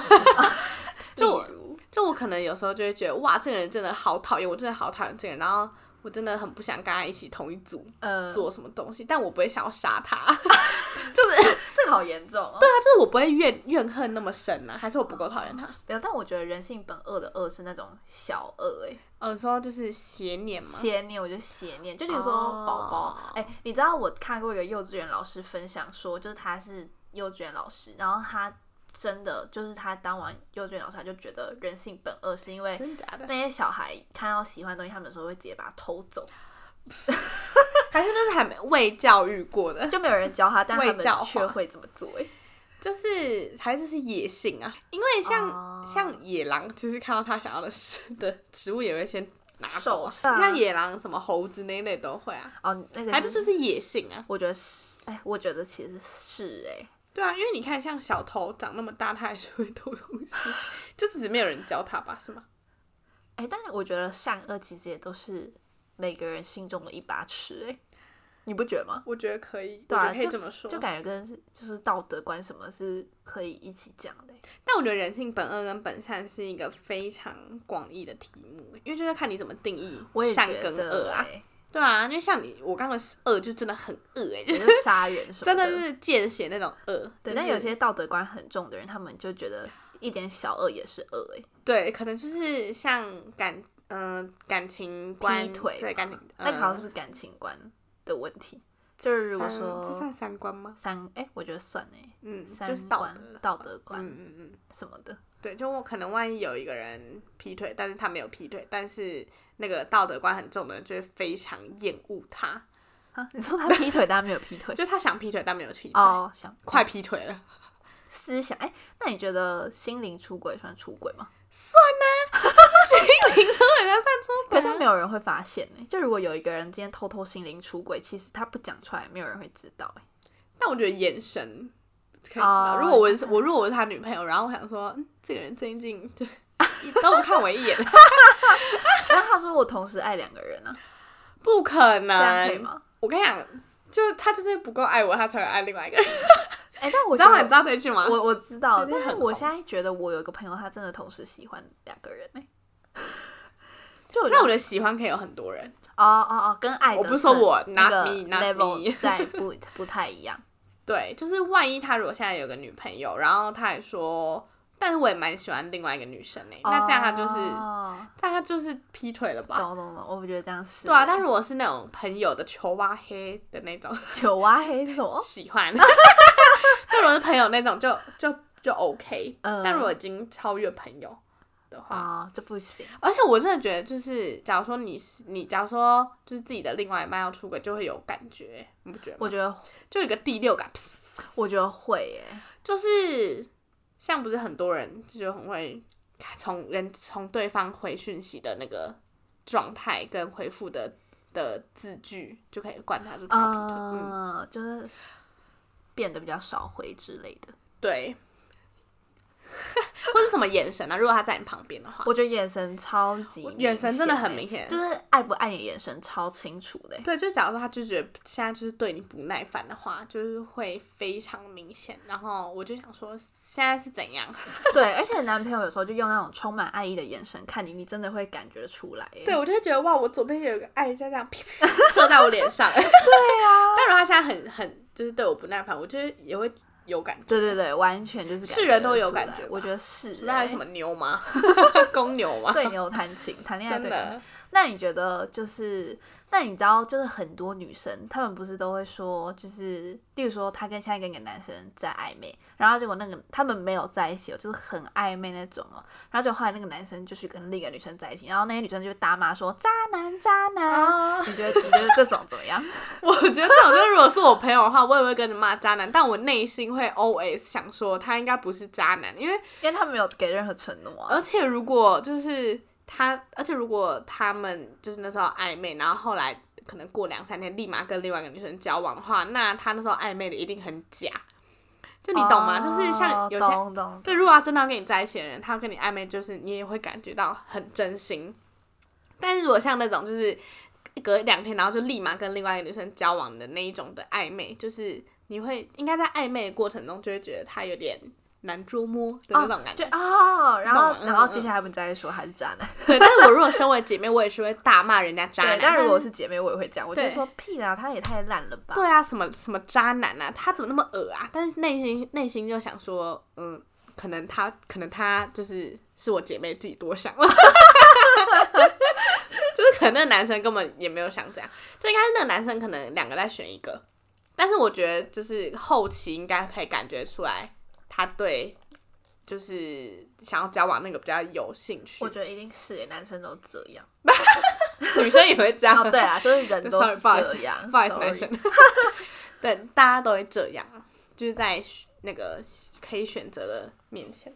[SPEAKER 2] 就我
[SPEAKER 3] 例如
[SPEAKER 2] 就我可能有时候就会觉得哇，这个人真的好讨厌，我真的好讨厌这个人，然后我真的很不想跟他一起同一组
[SPEAKER 1] 呃，
[SPEAKER 2] 做什么东西，但我不会想要杀他， 对啊，
[SPEAKER 1] 这个好严重哦。
[SPEAKER 2] 就是我不会怨怨恨那么深啊，还是我不够讨厌他。
[SPEAKER 1] 没有，但我觉得人性本恶的恶是那种小恶哎、
[SPEAKER 2] 哦，你说就是邪念吗？
[SPEAKER 1] 邪念，我觉得邪念，就比如说
[SPEAKER 2] 哦
[SPEAKER 1] 宝宝，哎、你知道我看过一个幼稚园老师分享说，就是他是幼稚园老师，然后他真的就是他当完幼稚园老师，他就觉得人性本恶，是因为
[SPEAKER 2] 真的假的？
[SPEAKER 1] 那些小孩看到喜欢的东西，他们有时候会直接把它偷走，
[SPEAKER 2] 还是那是还没未教育过的？
[SPEAKER 1] 就没有人教他，但他
[SPEAKER 2] 未教
[SPEAKER 1] 们
[SPEAKER 2] 化
[SPEAKER 1] 却会这么做、哎，
[SPEAKER 2] 就是还是是野性啊，因为像、
[SPEAKER 1] 哦
[SPEAKER 2] 像野狼，其实看到它想要的食的食物也会先拿走、啊
[SPEAKER 1] 手。上
[SPEAKER 2] 你看野狼、什么猴子那一类都会啊，
[SPEAKER 1] 哦，那个
[SPEAKER 2] 还是就是是野性啊。
[SPEAKER 1] 我觉得是，哎、我觉得其实是哎、
[SPEAKER 2] 对啊，因为你看像小偷长那么大，他还是会偷东西， 就是只是没有人教他吧，是吗？
[SPEAKER 1] 哎、但是我觉得善恶其实也都是每个人心中的一把尺、哎，你不觉得吗？
[SPEAKER 2] 我觉得可以，
[SPEAKER 1] 对啊
[SPEAKER 2] 我觉得可以这么说。
[SPEAKER 1] 就感觉跟就是道德观什么是可以一起讲的欸、
[SPEAKER 2] 但我觉得人性本恶跟本善是一个非常广义的题目，因为就是看你怎么定义
[SPEAKER 1] 我也
[SPEAKER 2] 善
[SPEAKER 1] 觉
[SPEAKER 2] 跟
[SPEAKER 1] 得
[SPEAKER 2] 恶啊。
[SPEAKER 1] 欸，
[SPEAKER 2] 对啊，因为像你我刚刚的恶就真的很恶哎、
[SPEAKER 1] 也
[SPEAKER 2] 就是
[SPEAKER 1] 就是杀人什么
[SPEAKER 2] 真的
[SPEAKER 1] 的
[SPEAKER 2] 是见血那种恶。
[SPEAKER 1] 对，
[SPEAKER 2] 就是
[SPEAKER 1] 但有些道德观很重的人，他们就觉得一点小恶也是恶哎、
[SPEAKER 2] 对，可能就是像感嗯、感情观
[SPEAKER 1] 劈腿
[SPEAKER 2] 对
[SPEAKER 1] 嘛
[SPEAKER 2] 感情，
[SPEAKER 1] 那个好像
[SPEAKER 2] 嗯
[SPEAKER 1] 是不是感情观的问题？就是如果
[SPEAKER 2] 三这
[SPEAKER 1] 说
[SPEAKER 2] 算三观吗？
[SPEAKER 1] 三哎、我觉得算哎、
[SPEAKER 2] 嗯，
[SPEAKER 1] 三
[SPEAKER 2] 就是道
[SPEAKER 1] 观
[SPEAKER 2] 德
[SPEAKER 1] 道德观
[SPEAKER 2] 嗯嗯嗯，
[SPEAKER 1] 什么的，
[SPEAKER 2] 对，就我可能万一有一个人劈腿，但是他没有劈腿，但是那个道德观很重的人就会非常厌恶他，
[SPEAKER 1] 啊，你说他劈腿，但他没有劈腿
[SPEAKER 2] 就是他想劈腿但没有劈腿，
[SPEAKER 1] 哦，想
[SPEAKER 2] 快劈腿 了。
[SPEAKER 1] 思想哎、那你觉得心灵出轨算出轨吗？
[SPEAKER 2] 你说人家算出
[SPEAKER 1] 可
[SPEAKER 2] 轨
[SPEAKER 1] 是
[SPEAKER 2] 啊，
[SPEAKER 1] 没有人会发现呢、就如果有一个人今天偷偷心灵出轨，其实他不讲出来，没有人会知道 哎、
[SPEAKER 2] 但我觉得眼神可以知
[SPEAKER 1] 哦
[SPEAKER 2] 道。如果我是我，如果我是他女朋友，然后我想说，嗯这个人最近 就都不看我一眼，
[SPEAKER 1] 然后他说我同时爱两个人啊，
[SPEAKER 2] 不可
[SPEAKER 1] 这样可以
[SPEAKER 2] 能。
[SPEAKER 1] 吗？
[SPEAKER 2] 我跟你讲，就是他就是不够爱我，他才会爱另外一个人。
[SPEAKER 1] 哎、但我
[SPEAKER 2] 你知道吗？
[SPEAKER 1] 觉
[SPEAKER 2] 你
[SPEAKER 1] 得
[SPEAKER 2] 知道这句吗？
[SPEAKER 1] 我我知道，
[SPEAKER 2] 啊对对
[SPEAKER 1] 但是
[SPEAKER 2] 很
[SPEAKER 1] 我
[SPEAKER 2] 红
[SPEAKER 1] 现在觉得我有一个朋友，他真的同时喜欢两个人哎、 就我觉
[SPEAKER 2] 那我
[SPEAKER 1] 得
[SPEAKER 2] 的喜欢可以有很多人，
[SPEAKER 1] 哦哦哦，跟爱的
[SPEAKER 2] 我不是说我
[SPEAKER 1] 那个
[SPEAKER 2] not me, not
[SPEAKER 1] level
[SPEAKER 2] me
[SPEAKER 1] 在不 不太一样，
[SPEAKER 2] 对，就是万一他如果现在有个女朋友，然后他还说，但是我也蛮喜欢另外一个女生诶、 那这样他就是，
[SPEAKER 1] 哦
[SPEAKER 2] 这样他就是劈腿了吧？
[SPEAKER 1] 懂懂懂，我觉得这样是
[SPEAKER 2] 对啊，但如果是那种朋友的球蛙黑的那种
[SPEAKER 1] 九啊黑是什么？
[SPEAKER 2] 喜欢， 那如果是朋友那种就就就 OK，、
[SPEAKER 1] 嗯
[SPEAKER 2] 但如果已经超越朋友的话，
[SPEAKER 1] 啊、这不行，
[SPEAKER 2] 而且我真的觉得，就是假如说你是你，假如说就是自己的另外一半要出轨，就会有感觉，你不觉得吗？
[SPEAKER 1] 我觉得
[SPEAKER 2] 就有一个第六感，噗
[SPEAKER 1] 我觉得会哎、
[SPEAKER 2] 就是像不是很多人就很会从人从对方回讯息的那个状态跟回复的的字句就可以观察出他劈腿。嗯，
[SPEAKER 1] 嗯，就是变得比较少回之类的。
[SPEAKER 2] 对。 或是什么眼神啊？如果他在你旁边的话，
[SPEAKER 1] 我觉得眼神超级
[SPEAKER 2] 啊我
[SPEAKER 1] 明
[SPEAKER 2] 眼神真的很
[SPEAKER 1] 欸
[SPEAKER 2] 明显
[SPEAKER 1] 就是爱不爱你眼神超清楚 的欸、
[SPEAKER 2] 对，就假如说他就觉得现在就是对你不耐烦的话，就是会非常明显。然后我就想说，现在是怎样？
[SPEAKER 1] 对，而且男朋友有时候就用那种充满爱意的眼神看你，你真的会感觉出来欸、
[SPEAKER 2] 对，我就会觉得哇，我左边有一个爱在这样 射在我脸上。 对啊， 但如果他现在很很就是对我不耐烦，我觉得也会有感觉。
[SPEAKER 1] 对对对，完全就是
[SPEAKER 2] 是
[SPEAKER 1] 感觉
[SPEAKER 2] 人
[SPEAKER 1] 得
[SPEAKER 2] 都有
[SPEAKER 1] 出来
[SPEAKER 2] 感觉吧
[SPEAKER 1] 我觉得是、
[SPEAKER 2] 那还有
[SPEAKER 1] 欸。
[SPEAKER 2] 什么牛吗？公牛吗？
[SPEAKER 1] 对牛弹琴，谈恋爱
[SPEAKER 2] 真
[SPEAKER 1] 对牛
[SPEAKER 2] 的，
[SPEAKER 1] 那你觉得就是，那你知道就是很多女生，她们不是都会说，就是例如说她跟下一个一个男生在暧昧，然后结果那个他们没有在一起哦，就是很暧昧那种哦，然后就后来那个男生就去跟另一个女生在一起，然后那些女生就大骂说渣男渣
[SPEAKER 2] 哦
[SPEAKER 1] 男。
[SPEAKER 3] 啊，
[SPEAKER 1] 你觉得你觉得这种怎么样？
[SPEAKER 2] 我觉得这种就是，如果是我朋友的话，我也会跟你骂渣男，但我内心会 always 想说他应该不是渣男，因为
[SPEAKER 1] 因为他们没有给任何承诺啊。
[SPEAKER 2] 而且如果就是他，而且如果他们就是那时候暧昧，然后后来可能过两三天立马跟另外一个女生交往的话，那他那时候暧昧的一定很假，就你懂吗？就是像
[SPEAKER 1] 哦
[SPEAKER 2] 有些。
[SPEAKER 1] 懂懂，
[SPEAKER 2] 对，如果他真的要跟你在一起的人，他要跟你暧昧，就是你也会感觉到很真心。但是如果像那种就是隔两天，然后就立马跟另外一个女生交往的那一种的暧昧，就是你会应该在暧昧的过程中就会觉得他有点难捉摸的那种感觉。
[SPEAKER 1] 就哦，然后
[SPEAKER 2] 懂了
[SPEAKER 1] 然后
[SPEAKER 2] 嗯嗯
[SPEAKER 1] 接下来我们再说他是渣男。
[SPEAKER 2] 对，但是我如果身为姐妹，我也是会大骂人家渣男。
[SPEAKER 1] 对，但如果
[SPEAKER 2] 是
[SPEAKER 1] 是姐妹，我也会这样，我就
[SPEAKER 2] 对
[SPEAKER 1] 说屁啦，他也太烂了吧。
[SPEAKER 2] 对啊，什么什么渣男啊，他怎么那么恶啊？但是内心内心就想说，嗯，可能他可能他就是是我姐妹自己多想了， 就是可能那个男生根本也没有想这样，就应该是那个男生可能两个再选一个，但是我觉得就是后期应该可以感觉出来，他对就是想要交往那个比较有兴趣
[SPEAKER 1] 我，觉得一定是耶，男生都这样。
[SPEAKER 2] 女生也会这样，
[SPEAKER 1] 哦，对 啊，就是人都
[SPEAKER 2] Sorry，
[SPEAKER 1] 是
[SPEAKER 2] 不好意思
[SPEAKER 1] 这样。
[SPEAKER 2] 不好意思
[SPEAKER 1] sorry
[SPEAKER 2] ，mention，对，大家都会这样，就是在选那个可以选择的面前，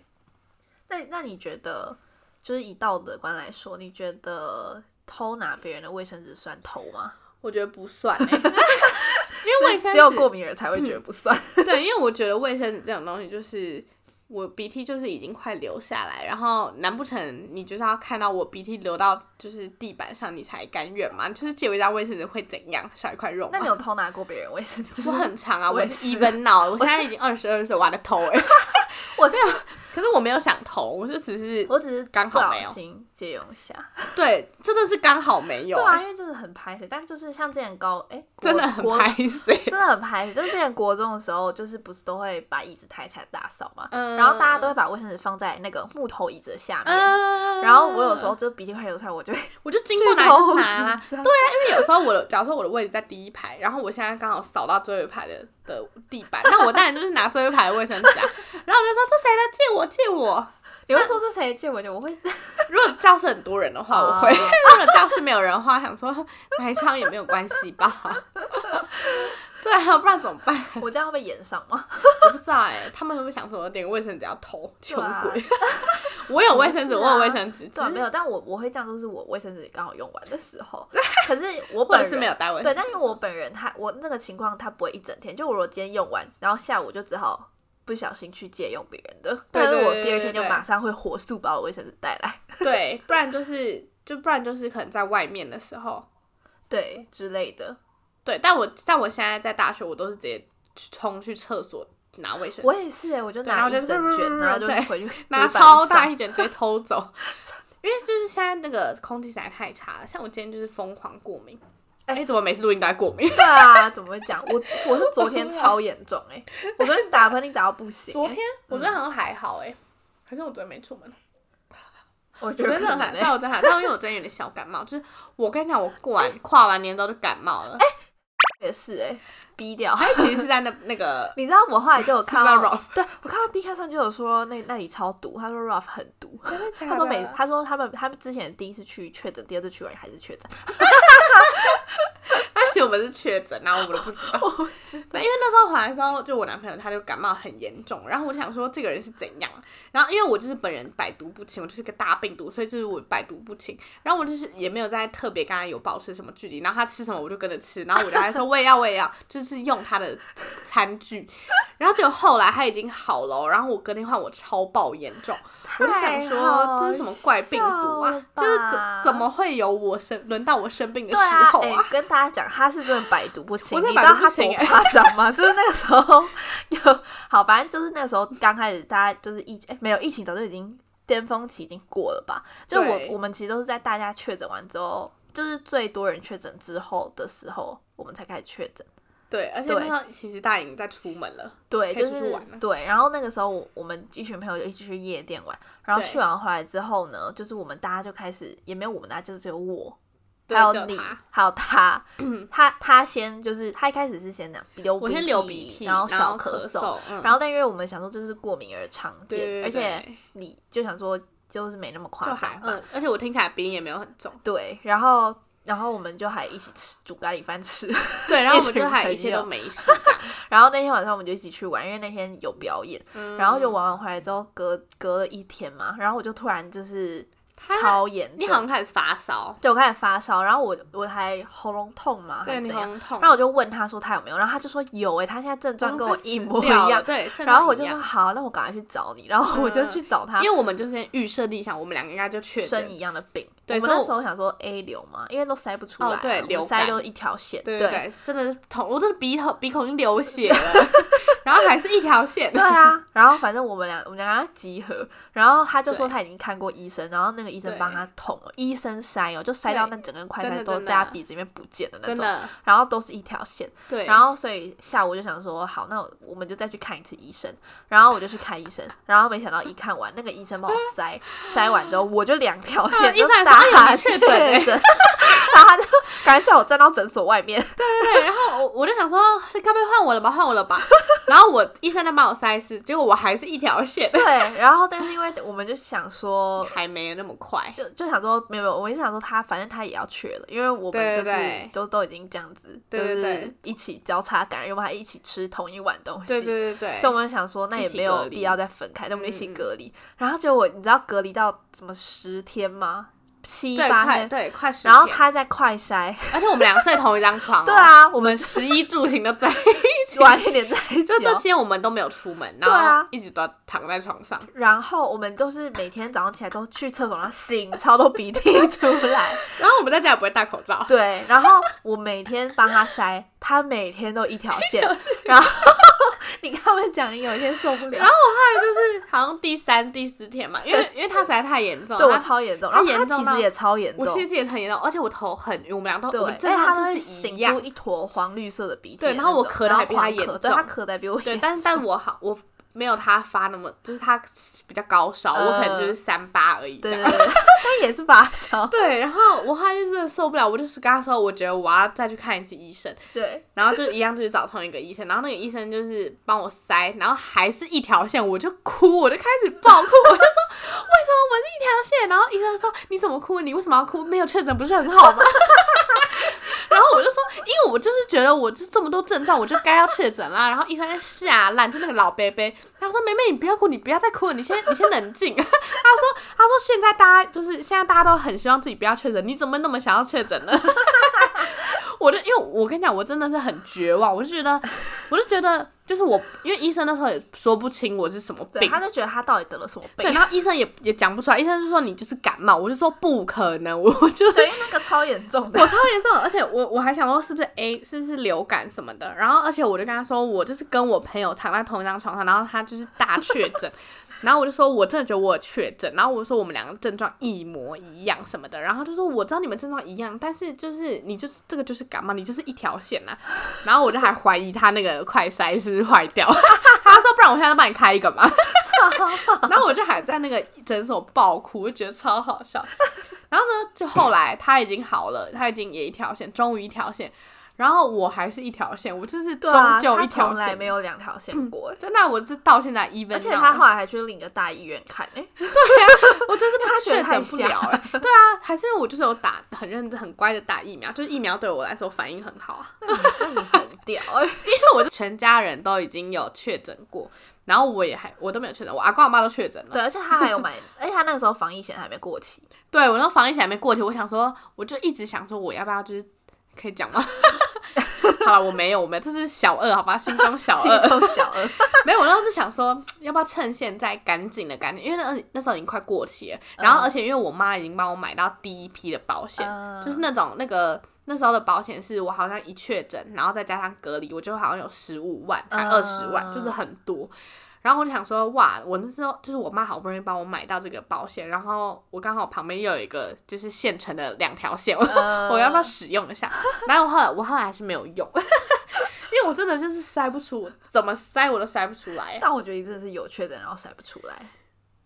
[SPEAKER 1] 那那你觉得，就是以道德观来说，你觉得偷拿别人的卫生纸算偷吗？
[SPEAKER 2] 我觉得不算、欸， 因为卫生
[SPEAKER 1] 只有
[SPEAKER 2] 纸
[SPEAKER 1] 过敏儿才会觉得不算。
[SPEAKER 2] 对，因为我觉得卫生纸这种东西就是。我鼻涕就是已经快流下来，然后难不成你就是要看到我鼻涕流到就是地板上你才甘愿吗？就是借我一张卫生纸会怎样？少一块肉吗？
[SPEAKER 1] 那你有偷拿过别人卫生纸
[SPEAKER 2] 我？ 很长 啊，
[SPEAKER 1] 我
[SPEAKER 2] 我
[SPEAKER 1] 也是
[SPEAKER 2] even now，我现在 已经二十二岁，我还在偷哎、欸。
[SPEAKER 1] 我这样，
[SPEAKER 2] 可是我没有想偷，我就只是
[SPEAKER 1] 我只是
[SPEAKER 2] 刚
[SPEAKER 1] 不小
[SPEAKER 2] 好没有
[SPEAKER 1] 心借用一下。
[SPEAKER 2] 对，真的是刚好没有、
[SPEAKER 1] 对啊，因为真的很拍谁，但就是像之前高哎，国
[SPEAKER 2] 真的很
[SPEAKER 1] 国
[SPEAKER 2] 拍碎。
[SPEAKER 1] 真的很排斥。就是之前国中的时候，就是不是都会把椅子抬起来打扫嘛，
[SPEAKER 2] 嗯
[SPEAKER 1] 然后大家都会把卫生纸放在那个木头椅子的下面。
[SPEAKER 2] 嗯
[SPEAKER 1] 然后我有时候就鼻涕快流出来，我就会
[SPEAKER 2] 我就经
[SPEAKER 1] 去
[SPEAKER 2] 过拿啊
[SPEAKER 1] 偷
[SPEAKER 2] 就
[SPEAKER 1] 纸
[SPEAKER 2] 拿啦，
[SPEAKER 1] 张。
[SPEAKER 2] 因为有时候我的，假如说我的位置在第一排，然后我现在刚好扫到最后一排的的地板，那我当然就是拿最后一排的卫生纸啊。 然后我就说这谁的借我借我。
[SPEAKER 1] 你会说是谁借我的？我会
[SPEAKER 2] 如果教室很多人的话，我会；
[SPEAKER 1] 哦
[SPEAKER 2] 如果教室没有人的话，想说拿一张也没有关系吧。对啊，不然怎么办？
[SPEAKER 1] 我这样会被演上 吗？
[SPEAKER 2] 我不知道哎、他们会不会想说连卫生纸要偷？穷
[SPEAKER 1] 对啊
[SPEAKER 2] 鬼！ 我有卫生纸，
[SPEAKER 1] 不是
[SPEAKER 2] 我
[SPEAKER 1] 啊
[SPEAKER 2] 有卫生纸，只
[SPEAKER 1] 对啊，没
[SPEAKER 2] 是
[SPEAKER 1] 有，但我我会这样，就是我卫生纸刚好用完的时候。可是我
[SPEAKER 2] 或
[SPEAKER 1] 本
[SPEAKER 2] 者
[SPEAKER 1] 人
[SPEAKER 2] 是没有带卫生纸。
[SPEAKER 1] 对，但因为我本人他我那个情况他不会一整天，就我如果今天用完，然后下午就只好不小心去借用别人的，
[SPEAKER 2] 对
[SPEAKER 1] 但是
[SPEAKER 2] 对
[SPEAKER 1] 我
[SPEAKER 2] 对
[SPEAKER 1] 第二
[SPEAKER 2] 对
[SPEAKER 1] 天就
[SPEAKER 2] 对
[SPEAKER 1] 马上会火速把我卫生纸带来，
[SPEAKER 2] 对，不然就是就不然就是可能在外面的时候，
[SPEAKER 1] 对之类的。
[SPEAKER 2] 对，但我但我现在在大学，我都是直接去冲去厕所拿卫生
[SPEAKER 1] 我
[SPEAKER 2] 纸，
[SPEAKER 1] 也是哎，我就
[SPEAKER 2] 对然
[SPEAKER 1] 拿
[SPEAKER 2] 后
[SPEAKER 1] 一
[SPEAKER 2] 就
[SPEAKER 1] 整卷，
[SPEAKER 2] 对
[SPEAKER 1] 然后就
[SPEAKER 2] 对
[SPEAKER 1] 回去
[SPEAKER 2] 拿超大一卷直接偷走， 因为就是现在那个空气实在太差了，像我今天就是疯狂过敏，哎、怎么每次录音都在过敏？
[SPEAKER 1] 对啊，怎么会讲？我我是昨天超严重 哎、我昨天打喷嚏打到不行、欸
[SPEAKER 2] 昨天我昨天好像还好哎、还是我昨天没出门，
[SPEAKER 1] 我觉
[SPEAKER 2] 我
[SPEAKER 1] 得
[SPEAKER 2] 真的
[SPEAKER 1] 可
[SPEAKER 2] 还，
[SPEAKER 1] 能
[SPEAKER 2] 但
[SPEAKER 1] 欸
[SPEAKER 2] 我真的还，但因为我真的有点小感冒，就是我跟你讲，我过 完跨完年之后就感冒了，
[SPEAKER 1] 也是哎、逼掉。
[SPEAKER 2] 哎、其实是在那那个
[SPEAKER 1] 你知道我后来就有看
[SPEAKER 2] 是不是
[SPEAKER 1] 到
[SPEAKER 2] Ralph，
[SPEAKER 1] 对我看到 D 卡上就有说那那里超毒，他说 Ralph 很毒，他
[SPEAKER 2] 他
[SPEAKER 1] 说每他说他们他们之前第一次去确诊，第二次去完还是确诊，
[SPEAKER 2] 但是我们是确诊，然后我们都 不知道。对，因为那时候回来之后，就我男朋友他就感冒很严重，然后我就想说这个人是怎样，然后因为我就是本人百毒不侵，我就是个大病毒，所以就是我百毒不侵。然后我就是也没有在特别跟他有保持什么距离，然后他吃什么我就跟着吃，然后我就还说我也要我也要，就是用他的餐具。然后结果后来他已经好了哦，然后我隔天换我超爆严重，我就想说这是什么怪病毒
[SPEAKER 1] 太好笑了吧
[SPEAKER 2] 啊？就是怎怎么会有我生轮到我生病的
[SPEAKER 1] 对
[SPEAKER 2] 时
[SPEAKER 1] 啊，
[SPEAKER 2] 候
[SPEAKER 1] 哎、跟大家讲，他是真的百毒不侵，
[SPEAKER 2] 我真
[SPEAKER 1] 你
[SPEAKER 2] 的
[SPEAKER 1] 知
[SPEAKER 2] 百
[SPEAKER 1] 道
[SPEAKER 2] 毒
[SPEAKER 1] 他
[SPEAKER 2] 不侵欸
[SPEAKER 1] 多夸张吗？ 就是那个时候有好，反正就是那个时候刚开始，大家就是疫哎、没有疫情早就已经巅峰期已经过了吧？就我
[SPEAKER 2] 对
[SPEAKER 1] 我们其实都是在大家确诊完之后，就是最多人确诊之后的时候，我们才开始确诊。
[SPEAKER 2] 对，而且
[SPEAKER 1] 对
[SPEAKER 2] 那时候其实大家已经在出门了，
[SPEAKER 1] 对，
[SPEAKER 2] 可以
[SPEAKER 1] 就
[SPEAKER 2] 出去
[SPEAKER 1] 是
[SPEAKER 2] 玩了
[SPEAKER 1] 对，然后那个时候我我们一群朋友就一起去夜店玩，然后
[SPEAKER 2] 对
[SPEAKER 1] 去完回来之后呢，就是我们大家就开始也没有我们大家，就是只有我还有
[SPEAKER 2] 只有
[SPEAKER 1] 你
[SPEAKER 2] 他，
[SPEAKER 1] 还有 他，他他先就是他一开始是先那样流
[SPEAKER 2] 我先流鼻涕，
[SPEAKER 1] 然后
[SPEAKER 2] 然
[SPEAKER 1] 小
[SPEAKER 2] 后咳
[SPEAKER 1] 嗽，
[SPEAKER 2] 嗽，嗯
[SPEAKER 1] 然后但因为我们想说这是过敏而常
[SPEAKER 2] 对
[SPEAKER 1] 见，
[SPEAKER 2] 对
[SPEAKER 1] 而且
[SPEAKER 2] 对
[SPEAKER 1] 你就想说就是没那么夸
[SPEAKER 2] 就
[SPEAKER 1] 张
[SPEAKER 2] 还
[SPEAKER 1] 吧，
[SPEAKER 2] 嗯，而且我听起来鼻音也没有很 重，
[SPEAKER 1] 对，然后然后我们就还一起吃煮咖喱饭吃，
[SPEAKER 2] 对，然后我们
[SPEAKER 1] 一群
[SPEAKER 2] 就还
[SPEAKER 1] 朋
[SPEAKER 2] 一切
[SPEAKER 1] 友
[SPEAKER 2] 都没事这样，
[SPEAKER 1] 然后那天晚上我们就一起去玩，因为那天有表演，
[SPEAKER 2] 嗯
[SPEAKER 1] 然后就玩完回来之后隔隔了一天嘛，然后我就突然就是 超严重，
[SPEAKER 2] 你好像开始发烧，
[SPEAKER 1] 对我开始发烧，然后我我还喉咙痛嘛，还
[SPEAKER 2] 对
[SPEAKER 1] 是
[SPEAKER 2] 你
[SPEAKER 1] 怎
[SPEAKER 2] 喉
[SPEAKER 1] 样？
[SPEAKER 2] 咙痛，
[SPEAKER 1] 然后我就问他说他有没有，然后他就说有诶、他现在症状跟我一模一样。
[SPEAKER 2] 对，真的
[SPEAKER 1] 然后我就
[SPEAKER 2] 一
[SPEAKER 1] 说
[SPEAKER 2] 样嗯
[SPEAKER 1] 好，那我赶快去找你，然后我就去找他
[SPEAKER 2] 因为，我们就是先预设立想，我们两个应该就确
[SPEAKER 1] 生
[SPEAKER 2] 诊，
[SPEAKER 1] 一样的病。
[SPEAKER 2] 对
[SPEAKER 1] 我们
[SPEAKER 2] 所以
[SPEAKER 1] 那
[SPEAKER 2] 我
[SPEAKER 1] 时候想说 A 流嘛，因为都筛不出来啊，
[SPEAKER 2] 哦对
[SPEAKER 1] 我们
[SPEAKER 2] 流
[SPEAKER 1] 筛
[SPEAKER 2] 感
[SPEAKER 1] 都一条线，
[SPEAKER 2] 对
[SPEAKER 1] 对
[SPEAKER 2] 对对，真的是痛，我真的鼻头鼻孔已经流血 了，然后还是一条线，
[SPEAKER 1] 对啊，然后反正我们俩我们俩集合，然后他就说
[SPEAKER 2] 对
[SPEAKER 1] 他已经看过医生，然后那个医生
[SPEAKER 2] 对
[SPEAKER 1] 帮他捅了，医生塞哦，就塞到那整根快
[SPEAKER 2] 真
[SPEAKER 1] 塞
[SPEAKER 2] 的
[SPEAKER 1] 都
[SPEAKER 2] 真的
[SPEAKER 1] 在他鼻子里面不见的那
[SPEAKER 2] 真
[SPEAKER 1] 种，
[SPEAKER 2] 的
[SPEAKER 1] 然后都是一条线，
[SPEAKER 2] 对，
[SPEAKER 1] 然后所以下午就想说好，那我们就再去看一次医生，然后我就去看医生，然后没想到一看完那个医生帮我 塞，塞完之后我就两条
[SPEAKER 2] 对
[SPEAKER 1] 线，
[SPEAKER 2] 医生还
[SPEAKER 1] 打
[SPEAKER 2] 说哎呦你确诊欸
[SPEAKER 1] 诊 然后他就赶紧叫我站到诊所外 面，
[SPEAKER 2] 对，然后我我就想说，该不会换我了吧？换我了吧？然后我医生在帮我塞一次，结果我还是一条线，
[SPEAKER 1] 对， 然后但是因为我们就想说
[SPEAKER 2] 还没有那么快。
[SPEAKER 1] 就就想说没有没有，我就想说他反正他也要去了，因为我们
[SPEAKER 2] 对
[SPEAKER 1] 就是
[SPEAKER 2] 对
[SPEAKER 1] 都都已经这样子，
[SPEAKER 2] 对对
[SPEAKER 1] 就是
[SPEAKER 2] 对
[SPEAKER 1] 一起交叉感染，因为我们还一起吃同一碗东西，
[SPEAKER 2] 对对对对，
[SPEAKER 1] 所以我们想说那也没
[SPEAKER 2] 一起
[SPEAKER 1] 有
[SPEAKER 2] 隔离
[SPEAKER 1] 必要再分开，那我们一起
[SPEAKER 2] 嗯嗯
[SPEAKER 1] 隔离。然后结果你知道隔离到什么十天吗？七
[SPEAKER 2] 对
[SPEAKER 1] 八
[SPEAKER 2] 快
[SPEAKER 1] 天，
[SPEAKER 2] 对快十
[SPEAKER 1] 然后
[SPEAKER 2] 天
[SPEAKER 1] 他在快筛，
[SPEAKER 2] 而且我们俩睡同一张床、哦，
[SPEAKER 1] 对，啊，
[SPEAKER 2] 我们十一住行都在，哦
[SPEAKER 1] 晚一点再
[SPEAKER 2] 就这
[SPEAKER 1] 讲
[SPEAKER 2] 期。间我们都没有出门，
[SPEAKER 1] 对啊
[SPEAKER 2] 然后一直都躺在床上，
[SPEAKER 1] 然后我们都是每天早上起来都去厕所，然后擤超多鼻涕出来，
[SPEAKER 2] 然后我们在家也不会戴口罩，
[SPEAKER 1] 对，然后我每天帮他塞，他每天都一 条线，然后你跟他们讲，你有一天受不了，
[SPEAKER 2] 然后我后来就是好像第三、第四天嘛，因 为因为他实在太严重，
[SPEAKER 1] 对我
[SPEAKER 2] 了，
[SPEAKER 1] 超严重，
[SPEAKER 2] 他
[SPEAKER 1] 然后
[SPEAKER 2] 严
[SPEAKER 1] 他
[SPEAKER 2] 重
[SPEAKER 1] 其
[SPEAKER 2] 到
[SPEAKER 1] 实也超严
[SPEAKER 2] 我
[SPEAKER 1] 重，
[SPEAKER 2] 其实也很严重，而且我头很晕，我们俩都
[SPEAKER 1] 对，
[SPEAKER 2] 我
[SPEAKER 1] 而
[SPEAKER 2] 们
[SPEAKER 1] 且
[SPEAKER 2] 正常
[SPEAKER 1] 他
[SPEAKER 2] 就
[SPEAKER 1] 都会
[SPEAKER 2] 是一
[SPEAKER 1] 醒
[SPEAKER 2] 样
[SPEAKER 1] 出，一坨黄绿色的鼻涕的
[SPEAKER 2] 对
[SPEAKER 1] 那种，
[SPEAKER 2] 然后我咳得
[SPEAKER 1] 然
[SPEAKER 2] 还
[SPEAKER 1] 后
[SPEAKER 2] 比他
[SPEAKER 1] 狂
[SPEAKER 2] 严
[SPEAKER 1] 咳对他
[SPEAKER 2] 重
[SPEAKER 1] 咳的还比我
[SPEAKER 2] 对，
[SPEAKER 1] 严，
[SPEAKER 2] 但是但我好我。没有他发那么，就是他比较高烧，
[SPEAKER 1] 呃
[SPEAKER 2] 我可能就是三八而已这
[SPEAKER 1] 对对
[SPEAKER 2] 样。
[SPEAKER 1] 对，对但也是发烧，
[SPEAKER 2] 对，然后我后来就真的受不了，我就是跟他说，我觉得我要再去看一次医生，
[SPEAKER 1] 对，
[SPEAKER 2] 然后就一样就去找同一个医生，然后那个医生就是帮我塞，然后还是一条线，我就哭，我就开始爆哭，我就说为什么我是一条线？然后医生说你怎么哭？你为什么要哭？没有确诊不是很好吗？ 然后我就说，因为我就是觉得我就这么多症状，我就该要确诊啦。然后医生在吓烂，就那个老伯伯，他说：“妹妹，你不要哭，你不要再哭了，你先你先冷静。” 他说：“他说现在大家就是现在大家都很希望自己不要确诊，你怎么那么想要确诊呢？” 我就因为我跟你讲，我真的是很绝望，我就觉得，我就觉得就是我，因为医生那时候也说不清我是什么
[SPEAKER 1] 对，
[SPEAKER 2] 病，
[SPEAKER 1] 他就觉得他到底得了什么
[SPEAKER 2] 对，
[SPEAKER 1] 病，啊
[SPEAKER 2] 然后医生也也讲不出来，医生就说你就是感冒，我就说不可能，我就是
[SPEAKER 1] 对，因为那个超严重的
[SPEAKER 2] 我，超严重，而且我我还想说是不是 A 是不是流感什么的，然后而且我就跟他说我就是跟我朋友躺在同一张床上，然后他就是大确 诊，然后我就说我真的觉得我有确诊，然后我说我们两个症状一模一样什么的，然后他就说我知道你们症状一样，但是就是你就是这个就是感冒，你就是一条线呐、 然后我就还怀疑他那个快筛是不是坏掉，他说不然我现在帮你开一个 嘛，然后我就还在那个诊所爆哭，我就觉得超好笑。然后呢，就后来他已经好了，他已经也一条线，终于一条线。然后我还是一条线，我就是
[SPEAKER 1] 对
[SPEAKER 2] 终
[SPEAKER 1] 啊，
[SPEAKER 2] 究
[SPEAKER 1] 他
[SPEAKER 2] 一条
[SPEAKER 1] 从
[SPEAKER 2] 线，嗯
[SPEAKER 1] 来没有两条线过，哎
[SPEAKER 2] 真的，我是到现在 even，
[SPEAKER 1] 而且
[SPEAKER 2] now
[SPEAKER 1] 他后来还去另一个大医院看，哎，
[SPEAKER 2] 我就是怕
[SPEAKER 1] 因为
[SPEAKER 2] 确
[SPEAKER 1] 他
[SPEAKER 2] 诊
[SPEAKER 1] 觉
[SPEAKER 2] 不
[SPEAKER 1] 得太
[SPEAKER 2] 了、欸， 对啊，还是因为我就是有打很认真、很乖的打疫苗，就是疫苗对我来说反应很好啊。
[SPEAKER 1] 那你很屌，哎，
[SPEAKER 2] 因为我就全家人都已经有确诊过，然后我也还我都没有确诊，我阿公阿妈都确诊了。
[SPEAKER 1] 对，而且他还有买，而且他那个时候防疫险还没过期，
[SPEAKER 2] 对我那防疫险还没过期，我想说，我就一直想说，我要不要就是可以讲吗？ 好了，我没有，我没有，这是小二，好吧，心中小
[SPEAKER 1] 心
[SPEAKER 2] 二。
[SPEAKER 1] 中小二，
[SPEAKER 2] 没有，我当时想说，要不要趁现在赶紧的赶紧，因为那那时候已经快过期了。然后，而且因为我妈已经帮我买到第一批的保 险，
[SPEAKER 1] 嗯
[SPEAKER 2] 就是那种那个那时候的保险是我好像一确诊，然后再加上隔离，我就好像有十五万还
[SPEAKER 1] 嗯
[SPEAKER 2] 二十万，就是很多。然后我就想说，哇，我那时候就是我妈好不容易帮我买到这个保险，然后我刚好旁边又有一个就是现成的两条线，我、
[SPEAKER 1] 呃
[SPEAKER 2] 我要不要使用一下？ 然后我后来我后来还是没有用， 因为我真的就是塞不出，怎么塞我都塞不出来。
[SPEAKER 1] 但我觉得你真的是有确诊，然后筛不出来，
[SPEAKER 2] 欸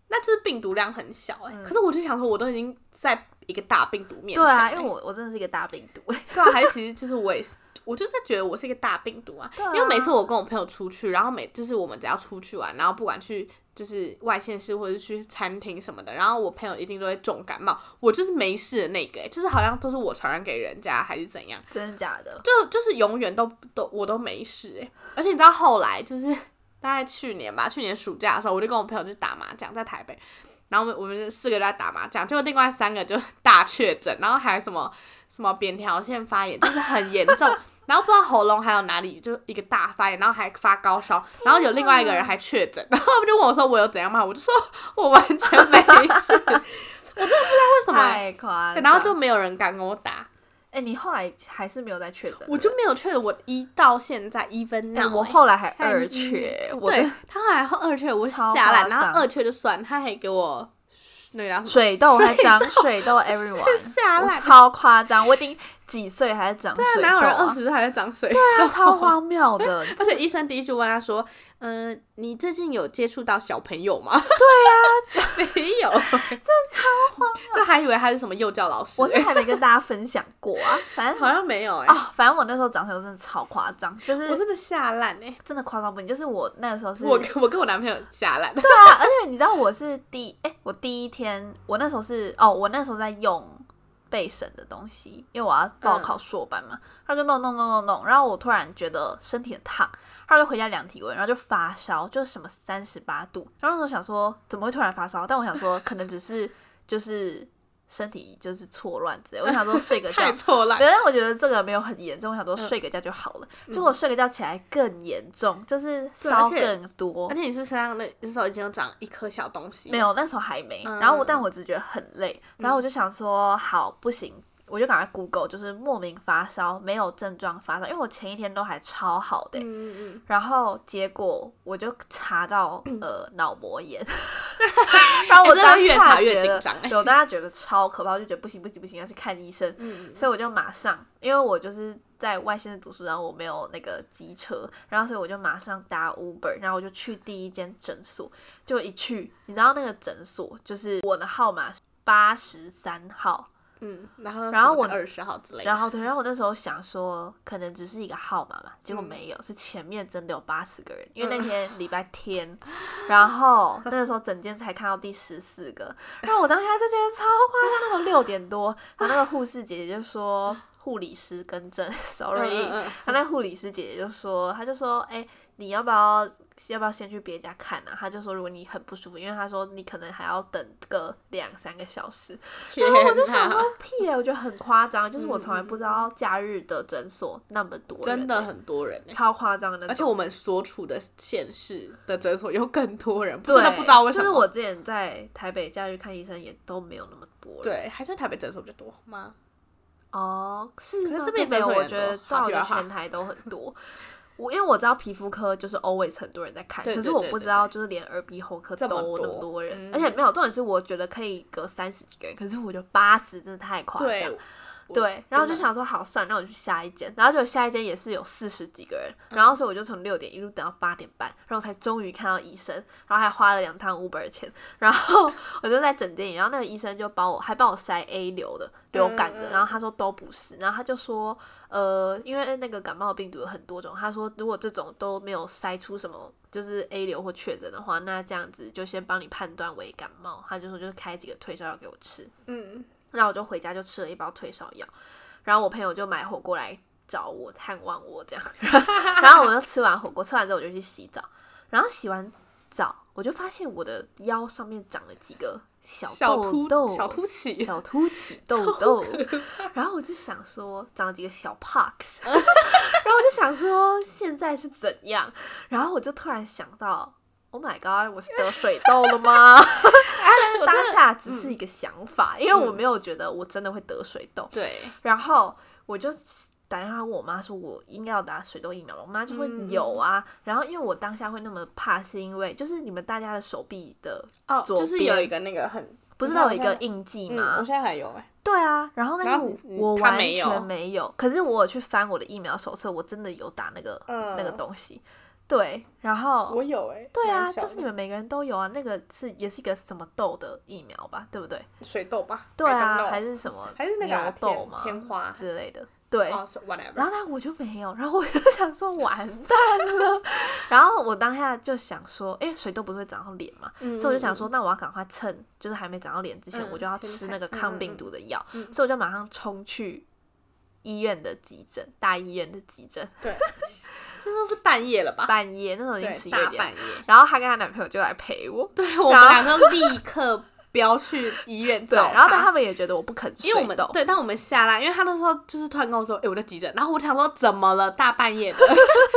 [SPEAKER 2] 那就是病毒量很小哎、可是我就想说，我都已经在一个大病毒面
[SPEAKER 1] 嗯
[SPEAKER 2] 前
[SPEAKER 1] 对啊，
[SPEAKER 2] 欸。
[SPEAKER 1] 因为我我真的是一个大病毒，欸
[SPEAKER 2] 对啊，还其实就是我也是，我就在觉得我是一个大病毒啊，
[SPEAKER 1] 对啊
[SPEAKER 2] 因为每次我跟我朋友出去，然后每就是我们只要出去玩，然后不管去。就是外县市或者是去餐厅什么的，然后我朋友一定都会重感冒，我就是没事的那个、欸，就是好像都是我传染给人家还是怎样，
[SPEAKER 1] 真的假的？
[SPEAKER 2] 就就是永远都都我都没事哎、而且你知道后来就是大概去年吧，去年暑假的时候，我就跟我朋友去打麻将，在台北，然后我们我们就四个就在打麻将，结果另外三个就 大确诊，然后还有什么什么扁桃腺发炎，就是很严重。然后不知道喉咙还有哪里，就一个大发炎，然后还发高烧，然后有另外一个人还确诊， 然后他们就问我说我有怎样吗？我就说我完全没事，我 真的不知道为什么
[SPEAKER 1] 太
[SPEAKER 2] 欸、
[SPEAKER 1] 夸张，
[SPEAKER 2] 然后就没有人敢跟我打，
[SPEAKER 1] 哎、你后来还是没有再确诊的，
[SPEAKER 2] 我就没有确诊，我一到现在 even
[SPEAKER 1] 哎
[SPEAKER 2] now，
[SPEAKER 1] 我
[SPEAKER 2] 欸
[SPEAKER 1] 后来嗯还
[SPEAKER 2] 现在
[SPEAKER 1] 二
[SPEAKER 2] 已经
[SPEAKER 1] 确，我
[SPEAKER 2] 对
[SPEAKER 1] 的
[SPEAKER 2] 他后来二缺我
[SPEAKER 1] 超
[SPEAKER 2] 下来，
[SPEAKER 1] 夸
[SPEAKER 2] 然后
[SPEAKER 1] 张
[SPEAKER 2] 二缺就算，他还给我那个叫什么
[SPEAKER 1] 水痘还长水 痘，everyone，
[SPEAKER 2] 下
[SPEAKER 1] 我
[SPEAKER 2] 来，
[SPEAKER 1] 超夸张，我已经几岁还在长
[SPEAKER 2] 对啊
[SPEAKER 1] 水痘
[SPEAKER 2] 哪有人二
[SPEAKER 1] 啊？
[SPEAKER 2] 十岁还在长水？
[SPEAKER 1] 对啊，超荒谬 的，
[SPEAKER 2] 而且医生第一句问他说：“嗯、你最近有接触到小朋友吗？”对啊， 没有，这超荒谬，就还以为他是什么幼教老师、
[SPEAKER 1] 我是还没跟大家分享过啊，反正
[SPEAKER 2] 好像没有哎、
[SPEAKER 1] 啊、反正我那时候长水痘真的超夸张，就是
[SPEAKER 2] 我真的吓烂哎，
[SPEAKER 1] 真的夸张不行，就是我那个时候是
[SPEAKER 2] 我跟我跟我男朋友吓烂，
[SPEAKER 1] 对啊，而且你知道我是第哎、我第一天，我那时候是哦，我那时候在用备审的东西，因为我要报考硕班嘛，他就弄弄弄弄弄，然后我突然觉得身体很烫，他就回家量体温，然后就发烧，就什么三十八度，然后那时候想说怎么会突然发烧，但我想说可能只是就是身体就是错乱之类，我想说睡个觉
[SPEAKER 2] 太错烂
[SPEAKER 1] 反。正我觉得这个没有很严重，我想
[SPEAKER 2] 嗯
[SPEAKER 1] 说睡个觉就好了。结果睡个觉起来更严重，就是烧
[SPEAKER 2] 而且
[SPEAKER 1] 更多
[SPEAKER 2] 而。且你是不是身上那那时候已经有长一颗小东西？
[SPEAKER 1] 没有，那时候还没。
[SPEAKER 2] 嗯
[SPEAKER 1] 然后我，但我只觉得很累，然后我就想说，好，不行，我就赶快 Google，就是莫名发烧，没有症状发烧，因为我前一天都还超好的欸、
[SPEAKER 2] 嗯，嗯嗯，
[SPEAKER 1] 然后结果我就查到呃脑膜 炎，哎然后我
[SPEAKER 2] 欸真的
[SPEAKER 1] 当
[SPEAKER 2] 越
[SPEAKER 1] 下
[SPEAKER 2] 查越
[SPEAKER 1] 觉
[SPEAKER 2] 紧
[SPEAKER 1] 得
[SPEAKER 2] 张欸
[SPEAKER 1] 对我当下觉得超可怕，我就觉得不行不行不行，要去看医生。
[SPEAKER 2] 嗯
[SPEAKER 1] 所以我就马上，因为我就是在外县市读书，然后我没有那个机车，然后所以我就马上搭 Uber，然后我就去第一间诊所，就一去，你知道那个诊所就是我的号码八十三号，
[SPEAKER 2] 嗯，然后
[SPEAKER 1] 然后我
[SPEAKER 2] 二十号之类的，
[SPEAKER 1] 然后对，然后我那时候想说，可能只是一个号码嘛，结果没
[SPEAKER 2] 嗯
[SPEAKER 1] 有，是前面真的有八十个人，因为那天礼拜 天，然后那个时候整间才看到第十四个，然后我当下就觉得超夸张，那时候六点 多，然后那个护士姐姐就说，护理师更正 ，sorry，
[SPEAKER 2] 嗯嗯嗯
[SPEAKER 1] 然后那护理师姐姐就说，她就说，哎、你要不要要不要先去别家看啊？她就说，如果你很不舒服，因为她说你可能还要等个两三个小时，
[SPEAKER 2] 然
[SPEAKER 1] 然后我就想说，屁嘞、我觉得很夸张，就是我从来不知道假日的诊所那么多人欸、
[SPEAKER 2] 嗯真的很多人欸。
[SPEAKER 1] 超夸张的那种。
[SPEAKER 2] 而且我们所处的县市的诊所有更多人，
[SPEAKER 1] 对
[SPEAKER 2] 真的不知道为什
[SPEAKER 1] 就
[SPEAKER 2] 么。
[SPEAKER 1] 是我之前在台北假日看医生也都没有那么多人。
[SPEAKER 2] 对，还在台北诊所比较多吗？
[SPEAKER 1] 哦，是
[SPEAKER 2] 可是
[SPEAKER 1] 吗
[SPEAKER 2] 这边
[SPEAKER 1] 并没有，
[SPEAKER 2] 诊所
[SPEAKER 1] 我
[SPEAKER 2] 也
[SPEAKER 1] 觉得
[SPEAKER 2] 多
[SPEAKER 1] 到
[SPEAKER 2] 好题外
[SPEAKER 1] 底
[SPEAKER 2] 话
[SPEAKER 1] 全台都很多。我因为我知道皮肤科就是 always 很多人在看，
[SPEAKER 2] 对
[SPEAKER 1] 可是
[SPEAKER 2] 对
[SPEAKER 1] 我
[SPEAKER 2] 对
[SPEAKER 1] 不
[SPEAKER 2] 对
[SPEAKER 1] 知道就是连耳鼻喉科
[SPEAKER 2] 这
[SPEAKER 1] 都
[SPEAKER 2] 么
[SPEAKER 1] 那
[SPEAKER 2] 多
[SPEAKER 1] 么多人，
[SPEAKER 2] 嗯
[SPEAKER 1] 而且没有重点是我觉得可以隔三十几个人，可是我觉得八十真的太夸张。
[SPEAKER 2] 对，我
[SPEAKER 1] 对，然后就
[SPEAKER 2] 真的
[SPEAKER 1] 想说好算，那我去下一间，然后就下一间也是有四十几个人，然
[SPEAKER 2] 嗯
[SPEAKER 1] 后所以我就从六点一路等到八点半，然后才终于看到医生，然后还花了两趟 Uber 的钱，然后我就在整间里，然后那个医生就帮我还帮我塞 A 流的流感的，
[SPEAKER 2] 嗯嗯
[SPEAKER 1] 然后他说都不是，然后他就说呃，因为那个感冒病毒有很多种，他说如果这种都没有筛出什么。就是 A 流或确诊的话，那这样子就先帮你判断为感冒。他就说就是开几个退烧药给我吃，
[SPEAKER 3] 嗯，
[SPEAKER 1] 那我就回家就吃了一包退烧药，然后我朋友就买火锅来找我探望我这样， 然后我就吃完火锅，吃完之后我就去洗澡，然后洗完澡我就发现我的腰上面长了几个小
[SPEAKER 2] 小
[SPEAKER 1] 痘痘，
[SPEAKER 2] 凸小 凸起，
[SPEAKER 1] 小凸起痘痘，然后我就想说长了几个小 pox，然 后我就想说现在是怎样，然后我就突然想到，Oh my god，我是得水痘了吗？但是
[SPEAKER 2] 我真的嗯
[SPEAKER 1] 当下只是一个想法，因为我没有觉得我真的会得水痘，
[SPEAKER 2] 对，
[SPEAKER 1] 然后我就打电话问我妈说，我应该要打水痘疫苗吗？我妈就说
[SPEAKER 2] 嗯
[SPEAKER 1] 有啊。然后因为我当下会那么怕，是因为就是你们大家的手臂的，
[SPEAKER 2] 哦，
[SPEAKER 1] 左
[SPEAKER 2] 就是
[SPEAKER 1] 边
[SPEAKER 2] 有一个那个很，
[SPEAKER 1] 不是
[SPEAKER 2] 你知道
[SPEAKER 1] 都有一个
[SPEAKER 2] 我现在
[SPEAKER 1] 印记
[SPEAKER 2] 嗯，我
[SPEAKER 1] 吗？
[SPEAKER 2] 现在还有哎，
[SPEAKER 1] 对啊，然后
[SPEAKER 2] 然
[SPEAKER 1] 但
[SPEAKER 2] 后
[SPEAKER 1] 是
[SPEAKER 2] 你
[SPEAKER 1] 我
[SPEAKER 2] 他
[SPEAKER 1] 完
[SPEAKER 2] 没有
[SPEAKER 1] 全没有，可是我有去翻我的疫苗手册，我真的有打那个
[SPEAKER 2] 嗯
[SPEAKER 1] 那个东西。对，然后
[SPEAKER 3] 我有哎、
[SPEAKER 2] 欸
[SPEAKER 1] 对啊，
[SPEAKER 3] 蛮小的
[SPEAKER 1] 就是你们每个人都有啊，那个是也是一个什么豆的疫苗吧，对不对？
[SPEAKER 3] 水痘吧？
[SPEAKER 1] 对
[SPEAKER 3] I don't
[SPEAKER 1] 啊，
[SPEAKER 3] know
[SPEAKER 1] 还是什么
[SPEAKER 3] 还是那个啊
[SPEAKER 1] 牛痘
[SPEAKER 3] 天
[SPEAKER 1] 嘛
[SPEAKER 3] 天花
[SPEAKER 1] 之类的，对。
[SPEAKER 3] 哦、是 whatever，
[SPEAKER 1] 然后呢，我就没有，然后我就想说完蛋了， 然后我当下就想说，哎，水痘不是会长到脸嘛，
[SPEAKER 3] 嗯
[SPEAKER 1] 所以我就想说，那我要赶快趁就是还没长到脸之前，
[SPEAKER 3] 嗯
[SPEAKER 1] 我就要
[SPEAKER 3] 先
[SPEAKER 1] 吃
[SPEAKER 3] 看
[SPEAKER 1] 那个抗病毒的药，
[SPEAKER 3] 嗯嗯嗯
[SPEAKER 1] 所以我就马上冲去医院的急诊，大医院的急诊，
[SPEAKER 3] 对，
[SPEAKER 2] 嗯这都是半夜了吧？
[SPEAKER 1] 半夜那时候已经
[SPEAKER 3] 啊对
[SPEAKER 1] 十一
[SPEAKER 2] 大
[SPEAKER 1] 二点
[SPEAKER 2] 半
[SPEAKER 1] 了，
[SPEAKER 2] 夜，
[SPEAKER 1] 然后她跟她男朋友就来陪我，
[SPEAKER 2] 对我们俩就 立刻飙去医院
[SPEAKER 1] 对，
[SPEAKER 2] 找
[SPEAKER 1] 然后但他们也觉得我不肯睡，
[SPEAKER 2] 因为我们对，但我们下来，因为他那时候就是突然跟我说：“哎、我在急诊。”然后我想说：“怎么了？大半夜的。”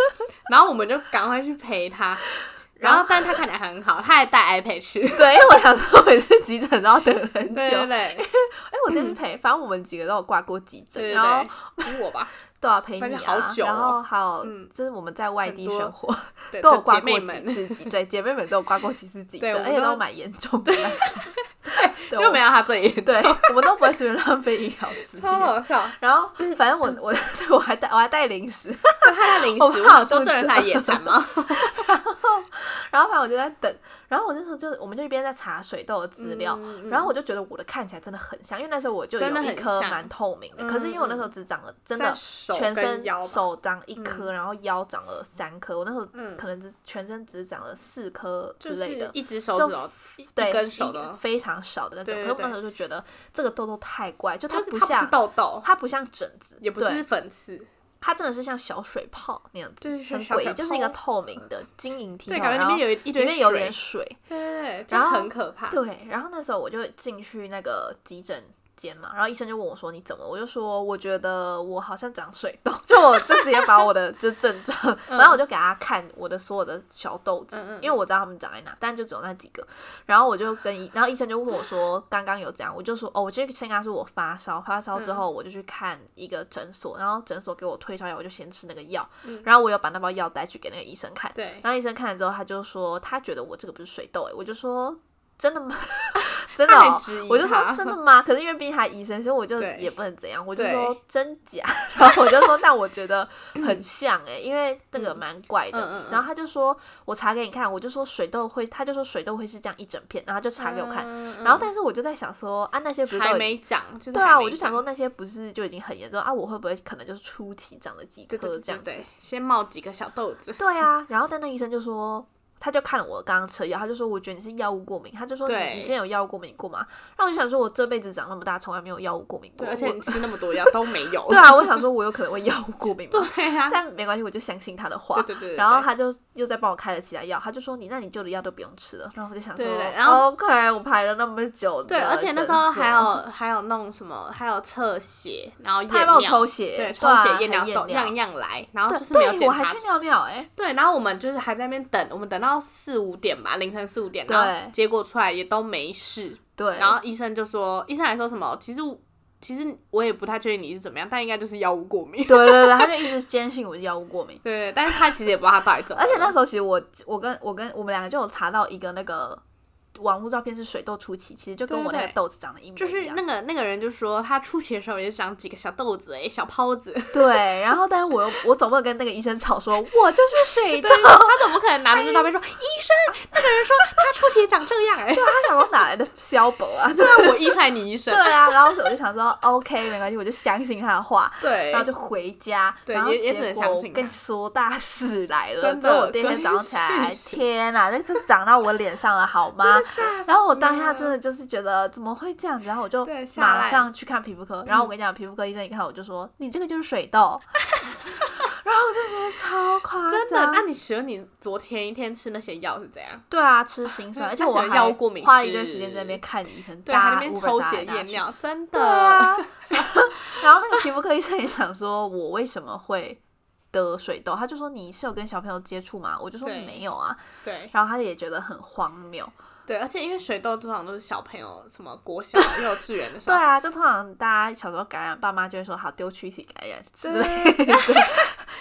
[SPEAKER 2] 然后我们就赶快去陪他。然后，但他看起来很好，他还带 iPad 去。
[SPEAKER 1] 对，因为我想说每次急诊都要等很久，
[SPEAKER 2] 对对对，
[SPEAKER 1] 哎，我真是陪，反正我们几个都有挂过急诊，
[SPEAKER 2] 嗯对对
[SPEAKER 1] 然后
[SPEAKER 2] 对，我吧，
[SPEAKER 1] 对啊，陪
[SPEAKER 2] 但
[SPEAKER 1] 你
[SPEAKER 2] 是
[SPEAKER 1] 啊，
[SPEAKER 2] 好久
[SPEAKER 1] 然
[SPEAKER 2] 哦
[SPEAKER 1] 后还有、
[SPEAKER 3] 嗯
[SPEAKER 1] 就是我们在外
[SPEAKER 2] 很
[SPEAKER 1] 地
[SPEAKER 2] 多
[SPEAKER 1] 生活，
[SPEAKER 2] 对
[SPEAKER 1] 都有
[SPEAKER 2] 的
[SPEAKER 1] 挂
[SPEAKER 2] 姐
[SPEAKER 1] 过
[SPEAKER 2] 妹
[SPEAKER 1] 几
[SPEAKER 2] 们，
[SPEAKER 1] 次急，对，姐妹们都有挂过几次急
[SPEAKER 2] 对
[SPEAKER 1] 诊，
[SPEAKER 2] 我
[SPEAKER 1] 而
[SPEAKER 2] 们
[SPEAKER 1] 且
[SPEAKER 2] 都
[SPEAKER 1] 都蛮严重的那种，对，
[SPEAKER 2] 就
[SPEAKER 1] 我
[SPEAKER 2] 没有他最严重。
[SPEAKER 1] 对，我们都不会随便浪费医疗资
[SPEAKER 3] 超
[SPEAKER 1] 源。
[SPEAKER 3] 好笑。
[SPEAKER 1] 然后反正我我对我还带我还带零食，
[SPEAKER 2] 他的零
[SPEAKER 1] 我
[SPEAKER 2] 食，我
[SPEAKER 1] 怕我
[SPEAKER 2] 想说
[SPEAKER 1] 肚
[SPEAKER 2] 这人
[SPEAKER 1] 子
[SPEAKER 2] 是来野餐吗？
[SPEAKER 1] 然后反正我就在等，然后我那时候就我们就一边在查水痘的资料，
[SPEAKER 2] 嗯嗯
[SPEAKER 1] 然后我就觉得我的看起来真的很像，因为那时候我就
[SPEAKER 2] 真的
[SPEAKER 1] 有一
[SPEAKER 2] 很
[SPEAKER 1] 颗
[SPEAKER 2] 像
[SPEAKER 1] 蛮透明的，
[SPEAKER 3] 嗯
[SPEAKER 1] 可是因为我那时候只长了真
[SPEAKER 3] 在
[SPEAKER 1] 的
[SPEAKER 3] 手
[SPEAKER 1] 全
[SPEAKER 3] 跟
[SPEAKER 1] 身
[SPEAKER 3] 腰吧
[SPEAKER 1] 手长
[SPEAKER 2] 嗯
[SPEAKER 1] 一颗，然后腰长了三颗，我那时候
[SPEAKER 3] 嗯
[SPEAKER 1] 可能只全身只长了四颗之
[SPEAKER 3] 就
[SPEAKER 1] 类的
[SPEAKER 3] 是。
[SPEAKER 2] 一只手
[SPEAKER 1] 就
[SPEAKER 2] 指头，一
[SPEAKER 1] 对，
[SPEAKER 2] 一根手
[SPEAKER 1] 一
[SPEAKER 2] 的，哦
[SPEAKER 1] 非常少的那种。
[SPEAKER 3] 对对
[SPEAKER 1] 可是我
[SPEAKER 3] 对
[SPEAKER 1] 那时候就觉得这个痘痘太怪，就它
[SPEAKER 2] 就是
[SPEAKER 1] 不
[SPEAKER 2] 它
[SPEAKER 1] 像
[SPEAKER 2] 是痘痘，
[SPEAKER 1] 它不像疹子，
[SPEAKER 2] 也不
[SPEAKER 1] 对
[SPEAKER 2] 是，粉刺，
[SPEAKER 1] 它真的是像小水泡那样子，
[SPEAKER 3] 就是小
[SPEAKER 1] 很
[SPEAKER 3] 小
[SPEAKER 1] 诡
[SPEAKER 3] 水
[SPEAKER 1] 异，就是一个
[SPEAKER 3] 泡
[SPEAKER 1] 透明的晶莹剔
[SPEAKER 2] 对，
[SPEAKER 1] 透，
[SPEAKER 2] 感
[SPEAKER 1] 然
[SPEAKER 2] 觉里
[SPEAKER 1] 后
[SPEAKER 2] 面有一一
[SPEAKER 1] 里
[SPEAKER 2] 堆
[SPEAKER 1] 面有点
[SPEAKER 2] 水，
[SPEAKER 1] 水，
[SPEAKER 2] 对对对，就
[SPEAKER 1] 然后
[SPEAKER 2] 很可怕。
[SPEAKER 1] 对，然后那时候我就进去那个急诊间嘛，然后医生就问我说你怎么了？我就说我觉得我好像长水痘，就我就直接把我 的这症状，然后我就给他看我的所有的小痘子，
[SPEAKER 2] 嗯嗯嗯嗯
[SPEAKER 1] 因为我知道他们长在哪，但就只有那几个。然后我就跟医，然后医生就问我说刚刚有怎样？我就说哦，我就先跟他说我发烧，发烧
[SPEAKER 2] 嗯
[SPEAKER 1] 之后我就去看一个诊所，然后诊所给我退烧药，我就先吃那个药，
[SPEAKER 2] 嗯
[SPEAKER 1] 然后我有把那包药带去给那个医生看，
[SPEAKER 2] 对
[SPEAKER 1] 然后医生看了之后，他就说他觉得我这个不是水痘、欸，我就说真的吗？ 真的、
[SPEAKER 2] 他还
[SPEAKER 1] 哦
[SPEAKER 2] 质疑，
[SPEAKER 1] 我就
[SPEAKER 2] 他
[SPEAKER 1] 说真的吗？可是因为毕竟他医生，所以我就
[SPEAKER 2] 对
[SPEAKER 1] 也不能怎样，我就
[SPEAKER 2] 对
[SPEAKER 1] 说真假， 然后我就说那我觉得很像哎、欸因为这个蛮怪的。
[SPEAKER 2] 嗯嗯嗯
[SPEAKER 1] 然后他就说我查给你看，我就说水痘会，他就说水痘会是这样一整片，然后他就查给我看，
[SPEAKER 2] 嗯
[SPEAKER 1] 然后但是我就在想说啊那些不是都已
[SPEAKER 2] 还
[SPEAKER 1] 经
[SPEAKER 2] 没长，就是
[SPEAKER 1] 对
[SPEAKER 2] 还
[SPEAKER 1] 啊，
[SPEAKER 2] 没
[SPEAKER 1] 我就
[SPEAKER 2] 长
[SPEAKER 1] 想说那些不是就已经很严重啊？我会不会可能就是初期长了几
[SPEAKER 2] 对对
[SPEAKER 1] 颗
[SPEAKER 2] 对
[SPEAKER 1] 这样子？
[SPEAKER 2] 对，先冒几个小豆子。
[SPEAKER 1] 对啊，然后但那医生就说，他就看了我刚刚吃的药，他就说我觉得你是药物过敏，他就说你
[SPEAKER 2] 对
[SPEAKER 1] 你之前有药物过敏过吗？然后我就想说，我这辈子长那么大，从来没有药物过敏过。
[SPEAKER 2] 对，而且
[SPEAKER 1] 我
[SPEAKER 2] 你吃那 么多药都没有。
[SPEAKER 1] 对啊，啊我想说我有可能会药物过敏嘛，
[SPEAKER 2] 对呀、
[SPEAKER 1] 但没关系，我就相信他的话。
[SPEAKER 2] 对对对对
[SPEAKER 1] 然后他就又再帮我开了其他药，他就说你那你旧的药都不用吃了。然后我就想说
[SPEAKER 2] 对对对然后
[SPEAKER 1] OK，我排了那么久的诊所，
[SPEAKER 2] 对，而且那时候还有还有弄什么，还有测血，然后验
[SPEAKER 1] 他还帮我
[SPEAKER 2] 尿，
[SPEAKER 1] 抽血，
[SPEAKER 2] 对，抽
[SPEAKER 1] 啊
[SPEAKER 2] 血验
[SPEAKER 1] 还
[SPEAKER 2] 尿都样样来，然后
[SPEAKER 1] 对
[SPEAKER 2] 就是没有
[SPEAKER 1] 对
[SPEAKER 2] 检
[SPEAKER 1] 我还
[SPEAKER 2] 查
[SPEAKER 1] 去。尿尿哎、
[SPEAKER 2] 对，然后我们就是还在那边等，我们等到四五点吧，凌晨四五点，然后
[SPEAKER 1] 对
[SPEAKER 2] 结果出来也都没事。
[SPEAKER 1] 对，
[SPEAKER 2] 然后医生就说，医生还说什么，其实其实我也不太确定你是怎么样，但应该就是药物过敏。
[SPEAKER 1] 对对对，他就一直坚信我是药物过敏。
[SPEAKER 2] 对，但是他其实也不知道他到底怎么
[SPEAKER 1] 而
[SPEAKER 2] 了。
[SPEAKER 1] 且那时候其实我我跟我跟我们两个就有查到一个那个网络照片是水痘初期，其实就跟我那
[SPEAKER 2] 对
[SPEAKER 1] 个
[SPEAKER 2] 对对
[SPEAKER 1] 豆子长得一模一
[SPEAKER 2] 就
[SPEAKER 1] 样。
[SPEAKER 2] 是那 个那个人就说他出血的时候也长几个小豆子哎、小泡子，
[SPEAKER 1] 对，然后但是我又我总不能跟那个医生吵说，我就是 水痘，
[SPEAKER 2] 他怎么可能拿着这照片说医生？那个人说他出血长这样哎、欸，
[SPEAKER 1] 他想说哪来的消薄啊？ 就
[SPEAKER 2] 那我医生还你医生
[SPEAKER 1] 对啊，然后所以我就想说 OK 没关系，我就相信他的话。
[SPEAKER 2] 对
[SPEAKER 1] 然后就回家，
[SPEAKER 2] 对
[SPEAKER 1] 然后
[SPEAKER 2] 也也只
[SPEAKER 1] 结
[SPEAKER 2] 能
[SPEAKER 1] 果
[SPEAKER 2] 相
[SPEAKER 1] 我
[SPEAKER 2] 信他
[SPEAKER 1] 跟你说大事来了，
[SPEAKER 2] 真的
[SPEAKER 1] 所以我第二天早上起
[SPEAKER 2] 关
[SPEAKER 1] 来，
[SPEAKER 2] 于事情
[SPEAKER 1] 天哪，那就长到我脸上了，好吗？ 然后我当下真
[SPEAKER 2] 的
[SPEAKER 1] 的就是觉得怎么会这样子，然后我就
[SPEAKER 2] 对下
[SPEAKER 1] 马
[SPEAKER 2] 来
[SPEAKER 1] 上去看皮肤科。然后我跟你讲，皮肤科医生一看我就说：“你这个就是水 痘。”然后我就觉得超夸
[SPEAKER 2] 啊真的，
[SPEAKER 1] 张，
[SPEAKER 2] 那你学你昨天一天吃那些药是怎样？
[SPEAKER 1] 对啊，吃心酸，
[SPEAKER 2] 嗯
[SPEAKER 1] 而且
[SPEAKER 2] 那
[SPEAKER 1] 我
[SPEAKER 2] 觉得
[SPEAKER 1] 还
[SPEAKER 2] 药物过敏
[SPEAKER 1] 花一段
[SPEAKER 2] 是
[SPEAKER 1] 时间在那边看医生，
[SPEAKER 2] 对，
[SPEAKER 1] 搭
[SPEAKER 2] 还在那边
[SPEAKER 1] Uber
[SPEAKER 2] 抽
[SPEAKER 1] 搭来
[SPEAKER 2] 血
[SPEAKER 1] 搭
[SPEAKER 2] 验
[SPEAKER 1] 去。
[SPEAKER 2] 尿，真
[SPEAKER 1] 对
[SPEAKER 2] 的。
[SPEAKER 1] 啊， 然后那个皮肤科医生也想说，我为什么会得水痘？他就说你是有跟小朋友接触吗？我就说
[SPEAKER 2] 对
[SPEAKER 1] 没有啊，
[SPEAKER 2] 对
[SPEAKER 1] 然后他也觉得很荒谬。
[SPEAKER 2] 对，而且因为水痘通常都是小朋友什么国小、幼稚园的 时
[SPEAKER 1] 对啊
[SPEAKER 2] 候，
[SPEAKER 1] 啊，就通常大家小时候感染，爸妈就会说好丢去一起感染之类的，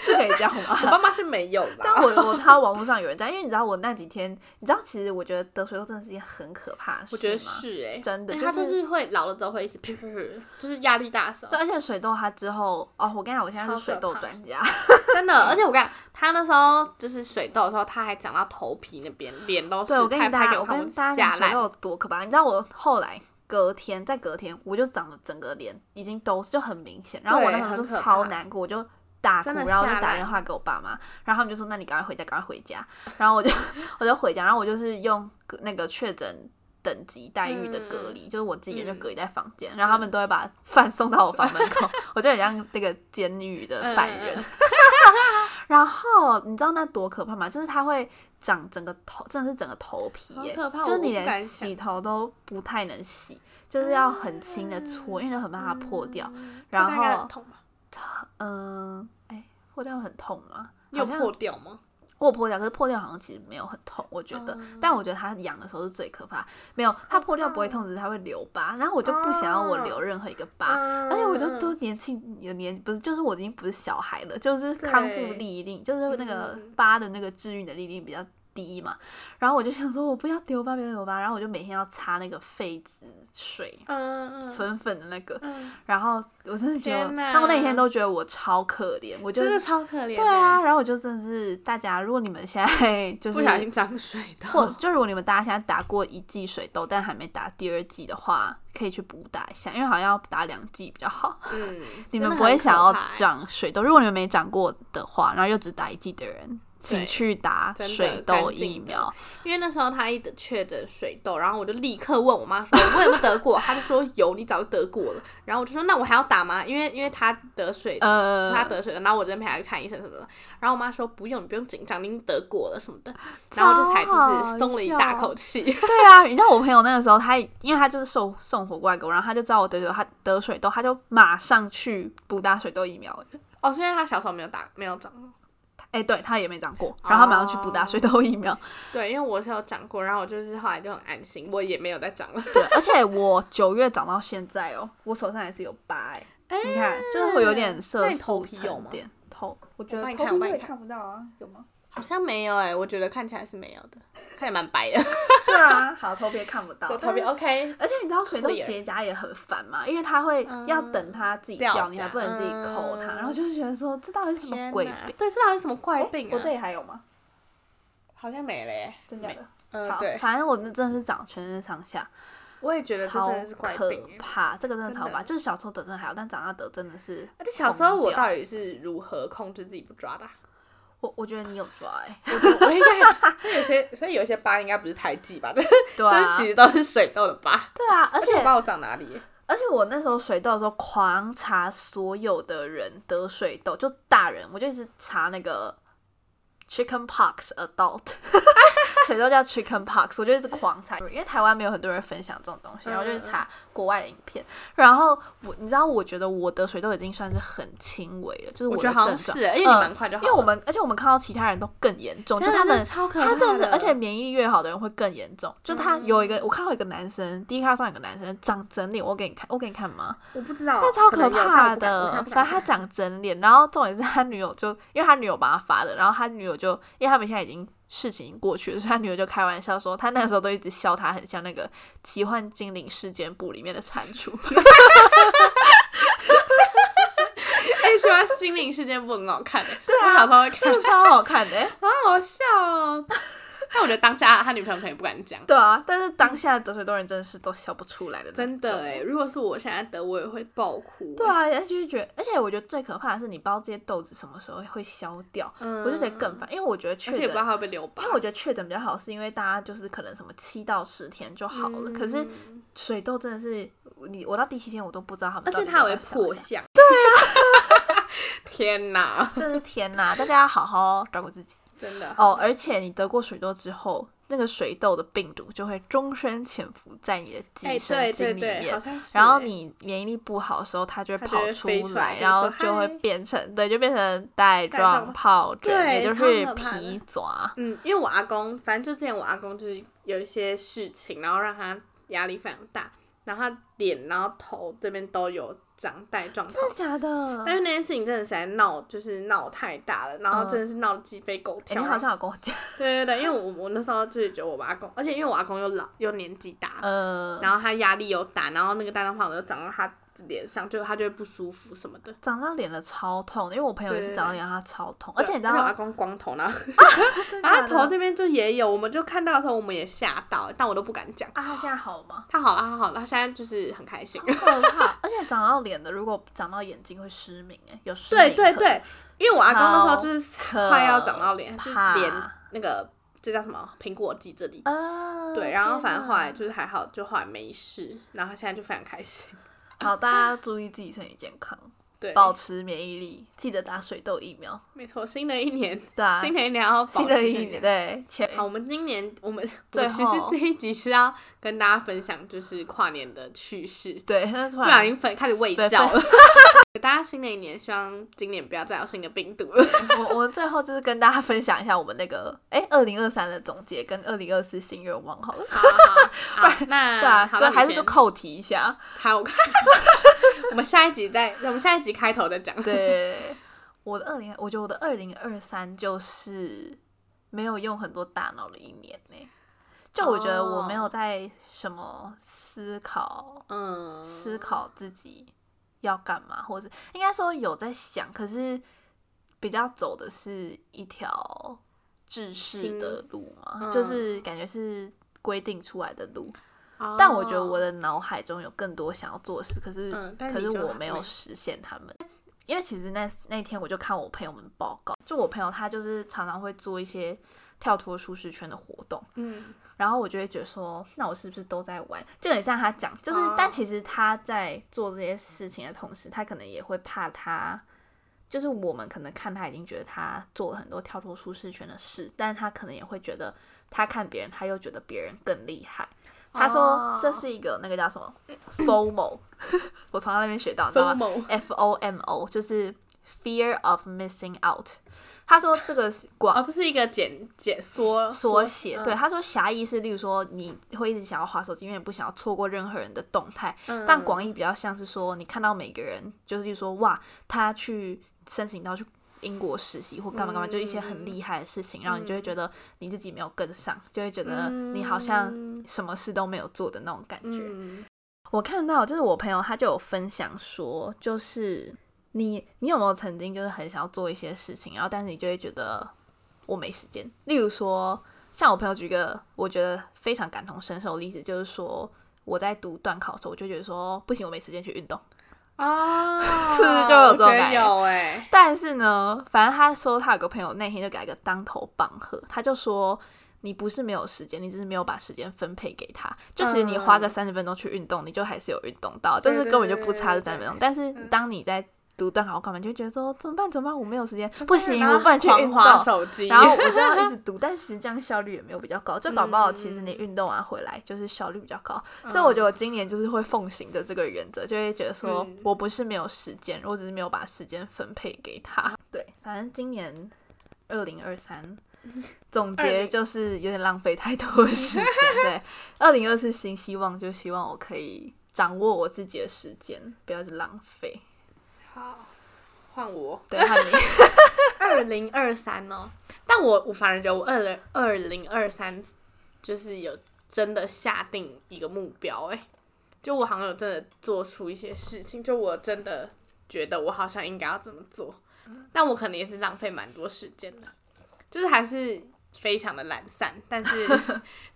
[SPEAKER 1] 是可以这样 吗？
[SPEAKER 3] 我爸妈是没有
[SPEAKER 1] 但
[SPEAKER 3] 啦。
[SPEAKER 1] 我我看到网络上有人在，因为你知道我那几天，你知道其实我觉得得水痘真的是一件很可怕的事，
[SPEAKER 2] 我觉得，是哎、
[SPEAKER 1] 真的
[SPEAKER 2] 因为
[SPEAKER 1] 就
[SPEAKER 2] 它就是是会老了之后会一直 噗噗 噗，
[SPEAKER 3] 就是压力大的时候
[SPEAKER 1] 对，，而且水痘它之后哦，我跟你讲，我现在是
[SPEAKER 3] 超
[SPEAKER 1] 水
[SPEAKER 3] 可
[SPEAKER 1] 痘
[SPEAKER 3] 怕
[SPEAKER 1] 专家，
[SPEAKER 2] 真的。而且我跟你讲他那时候就是水痘的时候，他还长到头皮那边，脸都是。
[SPEAKER 1] 对我跟你
[SPEAKER 2] 他还
[SPEAKER 1] 大
[SPEAKER 2] 拍给
[SPEAKER 1] 家，我
[SPEAKER 2] 看，
[SPEAKER 1] 跟大家
[SPEAKER 2] 吓
[SPEAKER 1] 讲水痘
[SPEAKER 2] 烂。
[SPEAKER 1] 有多可怕，你知道我后来。隔天，在隔天我就长了整个脸，已经都是就很明显。然后我那
[SPEAKER 2] 对
[SPEAKER 1] 时候就
[SPEAKER 2] 很可
[SPEAKER 1] 超
[SPEAKER 2] 怕
[SPEAKER 1] 难过，我就大哭，
[SPEAKER 2] 真的
[SPEAKER 1] 然后我就
[SPEAKER 2] 吓
[SPEAKER 1] 打
[SPEAKER 2] 烂
[SPEAKER 1] 电话给我爸妈，然后他们就说：“那你赶快回家，赶快回家。”然后我就 我就回家，然后我就是用隔那个确诊等级待遇的隔
[SPEAKER 2] 嗯
[SPEAKER 1] 离，就是我自己也就隔离在房间，然后他们都会把饭送到我房门口， 我就很像那个监狱的犯人。
[SPEAKER 2] 嗯嗯嗯
[SPEAKER 1] 然后你知道那多可怕吗？就是它会长整个头，真的是整个头皮
[SPEAKER 2] 好
[SPEAKER 1] 耶、
[SPEAKER 2] 可怕
[SPEAKER 1] 就是
[SPEAKER 2] 我
[SPEAKER 1] 你
[SPEAKER 2] 不
[SPEAKER 1] 连
[SPEAKER 2] 敢
[SPEAKER 1] 洗
[SPEAKER 2] 想
[SPEAKER 1] 头都不太能洗，就是要很轻的搓，因为很怕它破掉。
[SPEAKER 2] 嗯
[SPEAKER 1] 然
[SPEAKER 3] 大概很
[SPEAKER 1] 后，
[SPEAKER 3] 痛吧？
[SPEAKER 1] 嗯，哎、破掉很痛吗？
[SPEAKER 2] 你有
[SPEAKER 1] 好像
[SPEAKER 2] 破掉吗？
[SPEAKER 1] 我有破掉，可是破掉好像其实没有很痛，我觉
[SPEAKER 2] 哦
[SPEAKER 1] 得。但我觉得它痒的时候是最可怕，没有它破掉不会痛，只是它会留疤。然后我就不想要我留任何一个
[SPEAKER 2] 哦
[SPEAKER 1] 疤，
[SPEAKER 2] 啊
[SPEAKER 3] 嗯
[SPEAKER 1] 啊而且我就都年轻有年不是，就是我已经不是小孩了，就是康复
[SPEAKER 3] 对
[SPEAKER 1] 力一定就是那个
[SPEAKER 3] 嗯
[SPEAKER 1] 疤的那个治愈能力一定比较低嘛。然后我就想说，我不要留疤，不要留疤。然后我就每天要擦那个痱子水，
[SPEAKER 3] 嗯嗯
[SPEAKER 1] 粉粉的那个。
[SPEAKER 3] 嗯，
[SPEAKER 1] 然后我真的觉得，
[SPEAKER 3] 天哪
[SPEAKER 1] 但我那天都觉得我超可怜，我就
[SPEAKER 3] 真
[SPEAKER 1] 是
[SPEAKER 3] 的超可怜。
[SPEAKER 1] 对啊，，然后我就真的是大家，如果你们现在就是
[SPEAKER 2] 欸不小心长水
[SPEAKER 1] 或
[SPEAKER 2] 痘，
[SPEAKER 1] 就如果你们大家现在打过一剂水痘，但还没打第二剂的话，可以去补打一下，因为好像要打两剂比较好。
[SPEAKER 2] 嗯，
[SPEAKER 1] 你
[SPEAKER 2] 真
[SPEAKER 1] 们
[SPEAKER 2] 的
[SPEAKER 1] 不会
[SPEAKER 2] 很可
[SPEAKER 1] 想要
[SPEAKER 2] 怕欸
[SPEAKER 1] 长水痘，如果你们没长过的话，然后又只打一剂的人，请
[SPEAKER 2] 对
[SPEAKER 1] 去打
[SPEAKER 2] 真的
[SPEAKER 1] 水痘疫苗。
[SPEAKER 2] 因为那时候他一确诊水痘，然后我就立刻问我妈说，我有没有得过？她就说有，你早就得过了。然后我就说那我还要打吗？因为因为他得水，
[SPEAKER 1] 呃，
[SPEAKER 2] 他得水了，然后我这边陪他去看医生什么的。然后我妈说不用，你不用紧张，你已经得过了什么的。然后我就才就是松了一大口气。
[SPEAKER 1] 对啊，你知道我朋友那个时候他，因为他就是送送火锅来给我，然后他就知道我得水痘，他得水痘，他就马上去补打水痘疫苗。
[SPEAKER 2] 哦，是因为他小时候没有打，没有长。
[SPEAKER 1] 哎、对他也没长过，然后他马上去补
[SPEAKER 2] 哦
[SPEAKER 1] 打水痘疫苗。
[SPEAKER 2] 对，因为我是有长过，然后我就是后来就很安心，我也没有再长了。
[SPEAKER 1] 对，而且我九月长到现在哦，我手上还是有疤 哎、你看，就是会有点色
[SPEAKER 2] 那你头
[SPEAKER 1] 素
[SPEAKER 2] 皮有吗
[SPEAKER 1] 沉淀。头，我觉得
[SPEAKER 2] 我帮你
[SPEAKER 1] 头皮
[SPEAKER 2] 看我帮
[SPEAKER 1] 会
[SPEAKER 2] 你看
[SPEAKER 1] 看不到啊，有 吗？
[SPEAKER 2] 好像没有哎、我觉得看起来是没有的，看起来蛮白的。
[SPEAKER 1] 对啊， 好，头皮也看不到，
[SPEAKER 3] 头皮 OK，
[SPEAKER 1] 而且你知道水痘
[SPEAKER 2] Clear
[SPEAKER 1] 结痂也很烦嘛，因为它会要等它自己
[SPEAKER 2] 嗯掉
[SPEAKER 1] 掉，你
[SPEAKER 2] 痂
[SPEAKER 1] 还不能自己抠它，
[SPEAKER 2] 嗯
[SPEAKER 1] 然后就觉得说这到底是什么鬼
[SPEAKER 2] 天哪
[SPEAKER 1] 病？
[SPEAKER 2] 对，这到底是什么怪
[SPEAKER 1] 哎
[SPEAKER 2] 病啊？
[SPEAKER 1] 我这里还有吗？
[SPEAKER 2] 好像没了耶，
[SPEAKER 1] 真假的？
[SPEAKER 2] 嗯、
[SPEAKER 1] 好
[SPEAKER 2] 对，
[SPEAKER 1] 反正我那真的是长全身上下，
[SPEAKER 2] 我也觉得这
[SPEAKER 1] 超
[SPEAKER 2] 真的是怪
[SPEAKER 1] 可
[SPEAKER 2] 病耶。
[SPEAKER 1] 怕，这个真的超
[SPEAKER 2] 真的
[SPEAKER 1] 怕。就是小时候得真的还好，但长大得真的是
[SPEAKER 2] 而且小时候
[SPEAKER 1] 疯
[SPEAKER 2] 我
[SPEAKER 1] 掉
[SPEAKER 2] 到底是如何控制自己不抓 的啊、
[SPEAKER 1] 我我觉得你有抓哎，
[SPEAKER 2] 我觉得我应该，所以有些，所以有些疤应该不是胎记吧？这
[SPEAKER 1] 对
[SPEAKER 2] 这
[SPEAKER 1] 啊，
[SPEAKER 2] 其实都是水痘的疤。
[SPEAKER 1] 对啊，而
[SPEAKER 2] 而且我不
[SPEAKER 1] 且
[SPEAKER 2] 知道我长哪里耶，
[SPEAKER 1] 而且我那时候水痘的时候，狂查所有的人得水痘，就大人，我就一直查那个 chicken pox adult，水痘叫 chicken pox，我就一直狂查，因为台湾没有很多人分享这种东
[SPEAKER 2] 嗯
[SPEAKER 1] 西，然后我就去查国外的影片。然后我，你知道，我觉得我得水痘已经算是很轻微了，就是
[SPEAKER 2] 我
[SPEAKER 1] 的
[SPEAKER 2] 觉得好像
[SPEAKER 1] 症状
[SPEAKER 2] 是。欸耶，因为你
[SPEAKER 1] 嗯
[SPEAKER 2] 蛮快就
[SPEAKER 1] 因
[SPEAKER 2] 好了。
[SPEAKER 1] 为我们，而且我们看到其他人都更严重，就
[SPEAKER 2] 真的
[SPEAKER 1] 他
[SPEAKER 2] 是
[SPEAKER 1] 们
[SPEAKER 2] 超可怕
[SPEAKER 1] 他真的是，
[SPEAKER 2] 的嗯
[SPEAKER 1] 而且免疫力越好的人会更严重。就他有一个，我看到一个男生，第一看到上有个男生长整脸，我给你看，我给你看吗？
[SPEAKER 2] 我不知道，
[SPEAKER 1] 那超
[SPEAKER 2] 哦
[SPEAKER 1] 可
[SPEAKER 2] 可能有但
[SPEAKER 1] 怕
[SPEAKER 2] 我不敢我
[SPEAKER 1] 的
[SPEAKER 2] 看。不
[SPEAKER 1] 反
[SPEAKER 2] 敢
[SPEAKER 1] 正 他长整脸，然后重点是他女友就，因为他女友帮他发的，然后他女友就，因为他们现在已经事情已经过去了，所以他女友就开玩笑说，他那个时候都一直笑他很像那个《奇幻精灵事件簿》里面的蟾 蜍。
[SPEAKER 2] 哎，喜欢《心灵事件簿》很好看耶，
[SPEAKER 1] 对啊
[SPEAKER 2] 我小时候会看，
[SPEAKER 1] 这个超好看的、欸，
[SPEAKER 2] 好好笑哦。 但我觉得当下他女朋友可能不敢讲。
[SPEAKER 1] 对啊，但是当下得水痘人真的是都笑不出来的那种，
[SPEAKER 2] 真的哎，如果是我现在得，我也会爆哭。欸
[SPEAKER 1] 对，啊，而且就觉得，而且我觉得最可怕的是，你不知道这些痘子什么时候会消掉，我就觉得更烦。因为我觉得确
[SPEAKER 2] 嗯而且也不知道
[SPEAKER 1] 诊，
[SPEAKER 2] 他会不会留疤。
[SPEAKER 1] 因为我觉得确诊比较好，是因为大家就是可能什么七到十天就好
[SPEAKER 2] 嗯
[SPEAKER 1] 了。可是水痘真的是，你我到第七天我都不知道他们
[SPEAKER 2] 而
[SPEAKER 1] 到
[SPEAKER 2] 且
[SPEAKER 1] 底有
[SPEAKER 2] 它
[SPEAKER 1] 没
[SPEAKER 2] 还
[SPEAKER 1] 有
[SPEAKER 2] 会
[SPEAKER 1] 消
[SPEAKER 2] 破
[SPEAKER 1] 下，
[SPEAKER 2] 相。对啊， 天哪，
[SPEAKER 1] 真是天哪！大家要好好照顾自己
[SPEAKER 2] 真的。
[SPEAKER 1] 哦。而且你得过水痘之后，那个水痘的病毒就会终身潜伏在你的
[SPEAKER 2] 哎，
[SPEAKER 1] 寄生
[SPEAKER 2] 对
[SPEAKER 1] 精
[SPEAKER 2] 对
[SPEAKER 1] 里
[SPEAKER 2] 对，
[SPEAKER 1] 面
[SPEAKER 2] 好。像是。欸
[SPEAKER 1] 然后，你免疫力不好的时候，它就会
[SPEAKER 2] 它就
[SPEAKER 1] 跑
[SPEAKER 2] 会
[SPEAKER 1] 出
[SPEAKER 2] 飞出来
[SPEAKER 1] 来，
[SPEAKER 2] 跟
[SPEAKER 1] 然
[SPEAKER 2] 你
[SPEAKER 1] 后
[SPEAKER 2] 说
[SPEAKER 1] 就会
[SPEAKER 2] 嗨
[SPEAKER 1] 变成对，就变成带
[SPEAKER 2] 带
[SPEAKER 1] 状
[SPEAKER 2] 状
[SPEAKER 1] 疱疹，也
[SPEAKER 2] 对
[SPEAKER 1] 就是
[SPEAKER 2] 超可怕的
[SPEAKER 1] 皮抓。
[SPEAKER 2] 嗯，因为我阿公，反正就之前我阿公就是有一些事情，然后让他压力非常大，然后他脸，然后头这边都有长带状
[SPEAKER 1] 真的 假的？
[SPEAKER 2] 但是那件事情真的实在闹，就是闹太大了，然后真的是闹得鸡飞狗
[SPEAKER 1] 哎
[SPEAKER 2] 跳。
[SPEAKER 1] 你好像有跟我讲，
[SPEAKER 2] 对对对，因为我我那时候就是觉得我阿公，而且因为我阿公又老又年纪大，
[SPEAKER 1] 呃，
[SPEAKER 2] 然后他压力又大，然后那个大量化合物长到他脸上，就他就会不舒服什么的。
[SPEAKER 1] 长到脸了超痛，因为我朋友也是
[SPEAKER 2] 对
[SPEAKER 1] 长到脸他超痛，而且你知道啊
[SPEAKER 2] 我阿公光 头呢，
[SPEAKER 1] 真的
[SPEAKER 2] 然后他
[SPEAKER 1] 假的
[SPEAKER 2] 头这边就也有，我们就看到的时候我们也吓到，但我都不敢讲。
[SPEAKER 1] 啊，他现在好吗？
[SPEAKER 2] 他好了，他好了，他现在就是很开心。
[SPEAKER 1] 我靠！而且长到脸的，如果长到眼睛会失明、哎，有失明
[SPEAKER 2] 对对
[SPEAKER 1] 可
[SPEAKER 2] 对，因为我阿公那时候
[SPEAKER 1] 超
[SPEAKER 2] 就是
[SPEAKER 1] 可
[SPEAKER 2] 快要长到脸，就是
[SPEAKER 1] 怕
[SPEAKER 2] 脸那个这叫什么苹果肌这里。
[SPEAKER 1] 啊，
[SPEAKER 2] 对，然后反正后来
[SPEAKER 1] 天
[SPEAKER 2] 就是还好，就后来没事，然后他现在就非常开心。
[SPEAKER 1] 哪好，大家注意自己身体健康，
[SPEAKER 2] 对，
[SPEAKER 1] 保持免疫力，记得打水痘疫苗。
[SPEAKER 2] 没错，新的一年，
[SPEAKER 1] 对啊
[SPEAKER 2] 新的一年要保持
[SPEAKER 1] 新的一
[SPEAKER 2] 身体
[SPEAKER 1] 年，对，前
[SPEAKER 2] 好，我们今年我们我
[SPEAKER 1] 最
[SPEAKER 2] 们其实
[SPEAKER 1] 后
[SPEAKER 2] 这一集是要跟大家分享就是跨年的趣事，
[SPEAKER 1] 对，那突
[SPEAKER 2] 不小
[SPEAKER 1] 然
[SPEAKER 2] 心分开始喂
[SPEAKER 1] 对
[SPEAKER 2] 教了。 大家新的一年，希望今年不要再有新的病毒了。
[SPEAKER 1] 我我们最后就是跟大家分享一下我们那个哎，二零二三的总结跟二零二四新愿望好了。
[SPEAKER 2] 好好好， 好那
[SPEAKER 1] 对啊，
[SPEAKER 2] 嗯好，
[SPEAKER 1] 对，
[SPEAKER 2] 那
[SPEAKER 1] 还
[SPEAKER 2] 你
[SPEAKER 1] 是就
[SPEAKER 2] 先
[SPEAKER 1] 扣题一下。
[SPEAKER 2] 好，我看 我们下一集再，我们下一集开头再讲。
[SPEAKER 1] 对，我的二零，我觉得我的二零二三就是没有用很多大脑的一年呢、就我觉得我没有在什么思考、
[SPEAKER 2] 嗯，
[SPEAKER 1] 思考自己要干嘛，或者应该说有在想，可是比较走的是一条制式
[SPEAKER 2] 新
[SPEAKER 1] 的路嘛，
[SPEAKER 2] 嗯
[SPEAKER 1] 就是感觉是规定出来的路。
[SPEAKER 2] 哦
[SPEAKER 1] 但我觉得我的脑海中有更多想要做的事，可是、
[SPEAKER 2] 嗯但
[SPEAKER 1] 可
[SPEAKER 2] 你
[SPEAKER 1] 是
[SPEAKER 2] 就
[SPEAKER 1] 我
[SPEAKER 2] 还
[SPEAKER 1] 没有
[SPEAKER 2] 没
[SPEAKER 1] 实现他们。因为其实那那天我就看我朋友们报告，就我朋友他就是常常会做一些跳脱舒适圈的活动，
[SPEAKER 2] 嗯
[SPEAKER 1] 然后我就会觉得说，那我是不是都在玩？就很像他讲，就是、
[SPEAKER 2] 哦
[SPEAKER 1] 但其实他在做这些事情的同时，他可能也会怕他，就是我们可能看他已经觉得他做了很多跳脱舒适圈的事，但他可能也会觉得他看别人，他又觉得别人更厉害。他说
[SPEAKER 2] 哦
[SPEAKER 1] 这是一个那个叫什么 FOMO，我 从他那边学到，你知道吗
[SPEAKER 2] ，FOMO
[SPEAKER 1] ？F O M O 就是 Fear of Missing Out。他说这个是广
[SPEAKER 2] 哦，这是一个简简缩
[SPEAKER 1] 缩写。对，
[SPEAKER 2] 嗯
[SPEAKER 1] 他说狭义是，例如说你会一直想要划手机，因为你不想要错过任何人的动态。
[SPEAKER 2] 嗯
[SPEAKER 1] 但广义比较像是说，你看到每个人，就是例如说哇，他去申请到去。英国实习或干嘛干嘛，就
[SPEAKER 2] 嗯
[SPEAKER 1] 一些很厉害的事情，然后你就会觉得你自己没有跟上，就会觉得你好像
[SPEAKER 2] 嗯
[SPEAKER 1] 什么事都没有做的那种感觉。
[SPEAKER 2] 嗯
[SPEAKER 1] 我看到就是我朋友他就有分享说，就是你你有没有曾经就是很想要做一些事情，然后但是你就会觉得我没时间。例如说，像我朋友举一个我觉得非常感同身受的例子，就是说我在读段考的时候，我就觉得说不行，我没时间去运动。
[SPEAKER 2] 哦，
[SPEAKER 1] 是不是就有这种
[SPEAKER 2] 我觉得
[SPEAKER 1] 感觉
[SPEAKER 2] 有哎，
[SPEAKER 1] 但是呢，反正他说他有个朋友那天就给他一个当头棒喝，他就说。你不是没有时间，你只是没有把时间分配给他。就是你花个三十分钟去运动，你就还是有运动到，就
[SPEAKER 2] 嗯对
[SPEAKER 1] 是根本就不差这
[SPEAKER 2] 对对
[SPEAKER 1] 三十分钟
[SPEAKER 2] 对。
[SPEAKER 1] 但是当你在读段考干嘛，你就会觉得说怎么办？怎么办？我没有时间，不行，
[SPEAKER 2] 然后
[SPEAKER 1] 我不能去运
[SPEAKER 2] 狂滑
[SPEAKER 1] 动。
[SPEAKER 2] 手机，
[SPEAKER 1] 然 后我就要一直读，但实际上效率也没有比较高。就搞不好其实你运动完啊回来就是效率比较高。所以我觉得我今年就是会奉行着这个原则，就会觉得说
[SPEAKER 2] 嗯
[SPEAKER 1] 我不是没有时间，我只是没有把时间分配给他。对，反正今年二零二三。总结
[SPEAKER 2] 20
[SPEAKER 1] 就是有点浪费太多时间。对，二零二四新希望，就希望我可以掌握我自己的时间，不要是浪费。
[SPEAKER 2] 好，换我。
[SPEAKER 1] 对，汉你
[SPEAKER 2] 二零二三哦，但我我反而觉得我二零二零二三就是有真的下定一个目标哎、就我好像有真的做出一些事情，就我真的觉得我好像应该要这么做，但我可能也是浪费蛮多时间的，就是还是非常的懒散，但是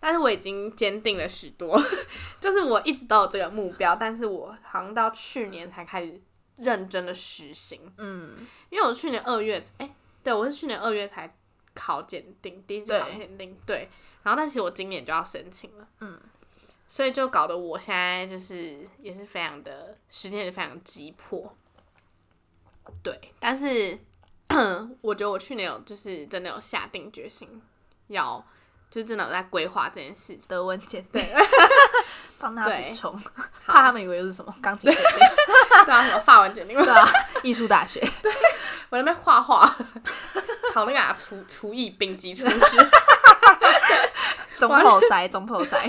[SPEAKER 2] 但是我已经坚定了许多， 就是我一直都有这个目标，但是我好像到去年才开始认真的实行，
[SPEAKER 1] 嗯，
[SPEAKER 2] 因为我去年二月，哎、对我是去年二月才考检定，第一次考
[SPEAKER 1] 对
[SPEAKER 2] 检定，对。然后，但是我今年就要申请了，
[SPEAKER 1] 嗯，
[SPEAKER 2] 所以就搞得我现在就是也是非常的时间也非常急迫，对。但是 我觉得我去年有就是真的有下定决心要，就是真的有在规划这件事情。
[SPEAKER 1] 德文简 对，帮他
[SPEAKER 2] 对
[SPEAKER 1] 补充，怕他们以为又是什么钢琴对
[SPEAKER 2] 对啊，什么法文检定，
[SPEAKER 1] 啊， 艺术大学。
[SPEAKER 2] 我在那边画画，考那个啊厨厨艺丙级厨师。
[SPEAKER 1] 中破塞，中破塞，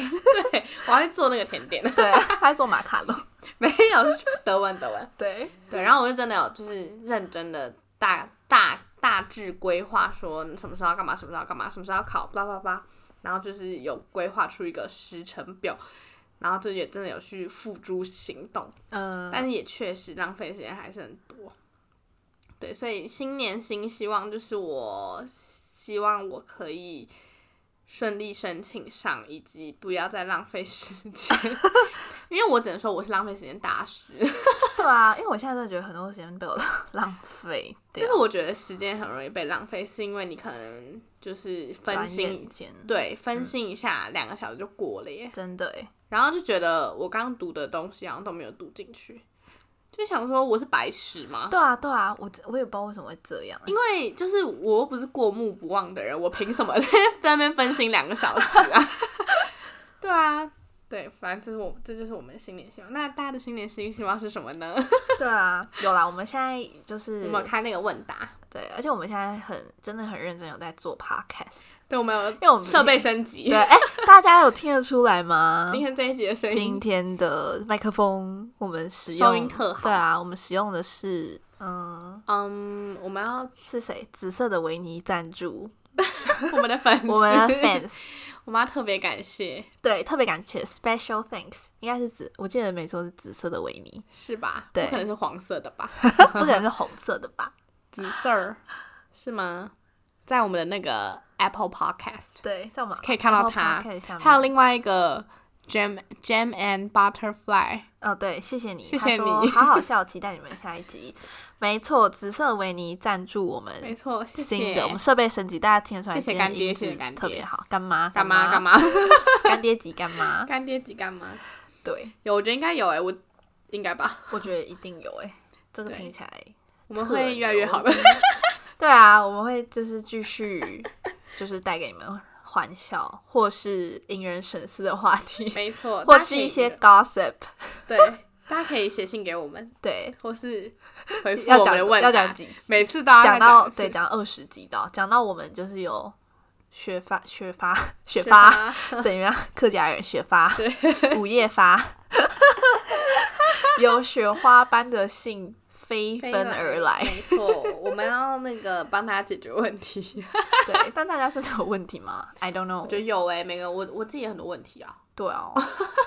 [SPEAKER 2] 对，我还会做那个甜点，
[SPEAKER 1] 对，他在做马卡龙，
[SPEAKER 2] 没天有德文德文，
[SPEAKER 1] 对，
[SPEAKER 2] 对，然后我就真的有就是认真的大大大致规划说什么时候要干嘛，什么时候要干嘛，什么时候要考，叭叭叭，然后就是有规划出一个时程表，然后这也真的有去付诸行动，
[SPEAKER 1] 嗯，
[SPEAKER 2] 但是也确实浪费的时间还是很多。对，所以新年新希望就是我希望我可以顺利申请上，以及不要再浪费时间， 因为我只能说我是浪费时间大师。
[SPEAKER 1] 对啊，因为我现在真的觉得很多时间被我浪浪费掉，
[SPEAKER 2] 就是我觉得时间很容易被浪费，是因为你可能就是
[SPEAKER 1] 转
[SPEAKER 2] 分
[SPEAKER 1] 眼嗯
[SPEAKER 2] 心，
[SPEAKER 1] 间，
[SPEAKER 2] 对，分心一下，两、个小时就过了耶。
[SPEAKER 1] 真的哎，
[SPEAKER 2] 然后就觉得我刚读的东西好像都没有读进去，就想说我是白痴吗？
[SPEAKER 1] 对啊对啊，我我也不知道为什么会这样欸，
[SPEAKER 2] 因为就是我又不是过目不忘的人，我凭什么在 那边分心两个小时啊？ 对啊，对，反正这是我这就是我们的新年希望。那大家的新年新希望是什么呢？
[SPEAKER 1] 对啊，有啦，我们现在就是
[SPEAKER 2] 我们有开那个问答，
[SPEAKER 1] 对，而且我们现在很真的很认真有在做 podcast，
[SPEAKER 2] 对，我们有
[SPEAKER 1] 为我们
[SPEAKER 2] 设备升级
[SPEAKER 1] 对，。哎、大家有听得出来吗？
[SPEAKER 2] 今天这一集的声音
[SPEAKER 1] 今天的麦克风我们使用
[SPEAKER 2] 收音特好
[SPEAKER 1] 对啊，我们使用的是嗯
[SPEAKER 2] 嗯，我们要
[SPEAKER 1] 是谁？紫色的维尼赞助
[SPEAKER 2] 我们的粉丝，
[SPEAKER 1] 我们的 fans，
[SPEAKER 2] 我们要特别感谢，
[SPEAKER 1] 对，特别感谢 special thanks，应该是紫，我记得没错是紫色的维 尼，
[SPEAKER 2] 是吧？
[SPEAKER 1] 对
[SPEAKER 2] 不可能是黄色的 吧？
[SPEAKER 1] 不可能是红色的吧？
[SPEAKER 2] 紫色儿是吗？在我们的那个 Apple Podcast
[SPEAKER 1] 对，在我们
[SPEAKER 2] 可以看到
[SPEAKER 1] 哦
[SPEAKER 2] 它，
[SPEAKER 1] 可以下面
[SPEAKER 2] 还有另外一个 Jam Jam and Butterfly，
[SPEAKER 1] 哦，对，谢谢你，
[SPEAKER 2] 谢谢
[SPEAKER 1] 他说
[SPEAKER 2] 你
[SPEAKER 1] 好好笑，期待你们下一集。没错，紫色维尼赞助我们
[SPEAKER 2] 没错，谢
[SPEAKER 1] 新
[SPEAKER 2] 谢
[SPEAKER 1] 的，我们设备升级，大家听得出来，
[SPEAKER 2] 谢谢
[SPEAKER 1] 今天
[SPEAKER 2] 干爹
[SPEAKER 1] 音质
[SPEAKER 2] 谢谢干爹
[SPEAKER 1] 特别好，干妈
[SPEAKER 2] 干妈
[SPEAKER 1] 妈
[SPEAKER 2] 干，妈
[SPEAKER 1] 干爹级干妈，
[SPEAKER 2] 干爹及干妈，
[SPEAKER 1] 对，
[SPEAKER 2] 有我觉得应该有哎、我应该吧，
[SPEAKER 1] 我觉得一定有哎，这个
[SPEAKER 2] 对
[SPEAKER 1] 听起来，
[SPEAKER 2] 我们会越来越好的。
[SPEAKER 1] 对啊，我们会就是继续，就是带给你们欢笑或是引人深思的话题，
[SPEAKER 2] 没错，
[SPEAKER 1] 或
[SPEAKER 2] 大家可
[SPEAKER 1] 是
[SPEAKER 2] 以
[SPEAKER 1] 一些 gossip，
[SPEAKER 2] 对，大家可以写信给我们，
[SPEAKER 1] 对，
[SPEAKER 2] 或是回复
[SPEAKER 1] 要
[SPEAKER 2] 我们
[SPEAKER 1] 讲
[SPEAKER 2] 的问答。
[SPEAKER 1] 要讲几集，
[SPEAKER 2] 每次都要再
[SPEAKER 1] 讲到
[SPEAKER 2] 一次
[SPEAKER 1] 对讲二十集到，讲到我们就是有学发学发学
[SPEAKER 2] 是
[SPEAKER 1] 发
[SPEAKER 2] 吧
[SPEAKER 1] 怎样客家人学发午夜发，有雪花般的信飞
[SPEAKER 2] 飞
[SPEAKER 1] 奔而来。
[SPEAKER 2] 没错，我们要那个帮大家解决问题。
[SPEAKER 1] 对，但大家真的有问题吗？I don't
[SPEAKER 2] 我觉得
[SPEAKER 1] know。
[SPEAKER 2] 有哎、每个我我自己也很多问题啊。
[SPEAKER 1] 对 哦，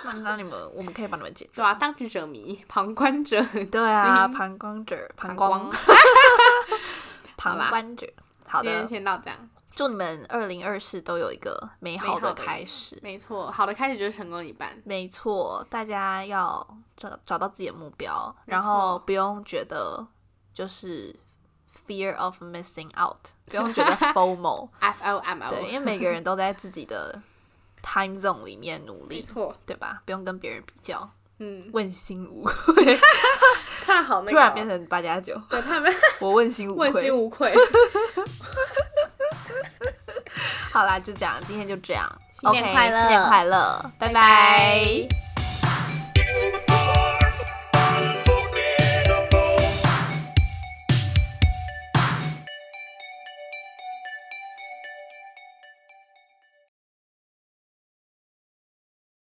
[SPEAKER 1] 那那你们我们可以帮你们解决。
[SPEAKER 2] 对啊，当局者迷，旁观者清
[SPEAKER 1] 对啊，膀胱者，膀
[SPEAKER 2] 膀
[SPEAKER 1] 胱
[SPEAKER 2] 胱。
[SPEAKER 1] 膀
[SPEAKER 2] 啦
[SPEAKER 1] 胱者。好
[SPEAKER 2] 今天
[SPEAKER 1] 的，
[SPEAKER 2] 先到这样，
[SPEAKER 1] 祝你们二零二四都有一个美好
[SPEAKER 2] 美
[SPEAKER 1] 的
[SPEAKER 2] 好的
[SPEAKER 1] 开始。
[SPEAKER 2] 没错，好的开始就是成功的一半。
[SPEAKER 1] 没错，大家要找找到自己的目标，
[SPEAKER 2] 没
[SPEAKER 1] 然后
[SPEAKER 2] 错
[SPEAKER 1] 不用觉得就是 fear of missing out，不用 觉得 FOMO，
[SPEAKER 2] F O M
[SPEAKER 1] 对，
[SPEAKER 2] O，
[SPEAKER 1] 因为每个人都在自己的 time zone 里面努
[SPEAKER 2] 没
[SPEAKER 1] 力，
[SPEAKER 2] 错，
[SPEAKER 1] 对吧？不用跟别人比较，
[SPEAKER 2] 嗯，
[SPEAKER 1] 问心无，
[SPEAKER 2] 突然好那个哦，
[SPEAKER 1] 突然变成八加九，
[SPEAKER 2] 对他们
[SPEAKER 1] 我问心无愧。
[SPEAKER 2] 问心无 愧。
[SPEAKER 1] 好啦，就这样，今天就这样，
[SPEAKER 2] 新年
[SPEAKER 1] OK，
[SPEAKER 2] 快乐
[SPEAKER 1] 新年快乐，拜
[SPEAKER 2] 拜。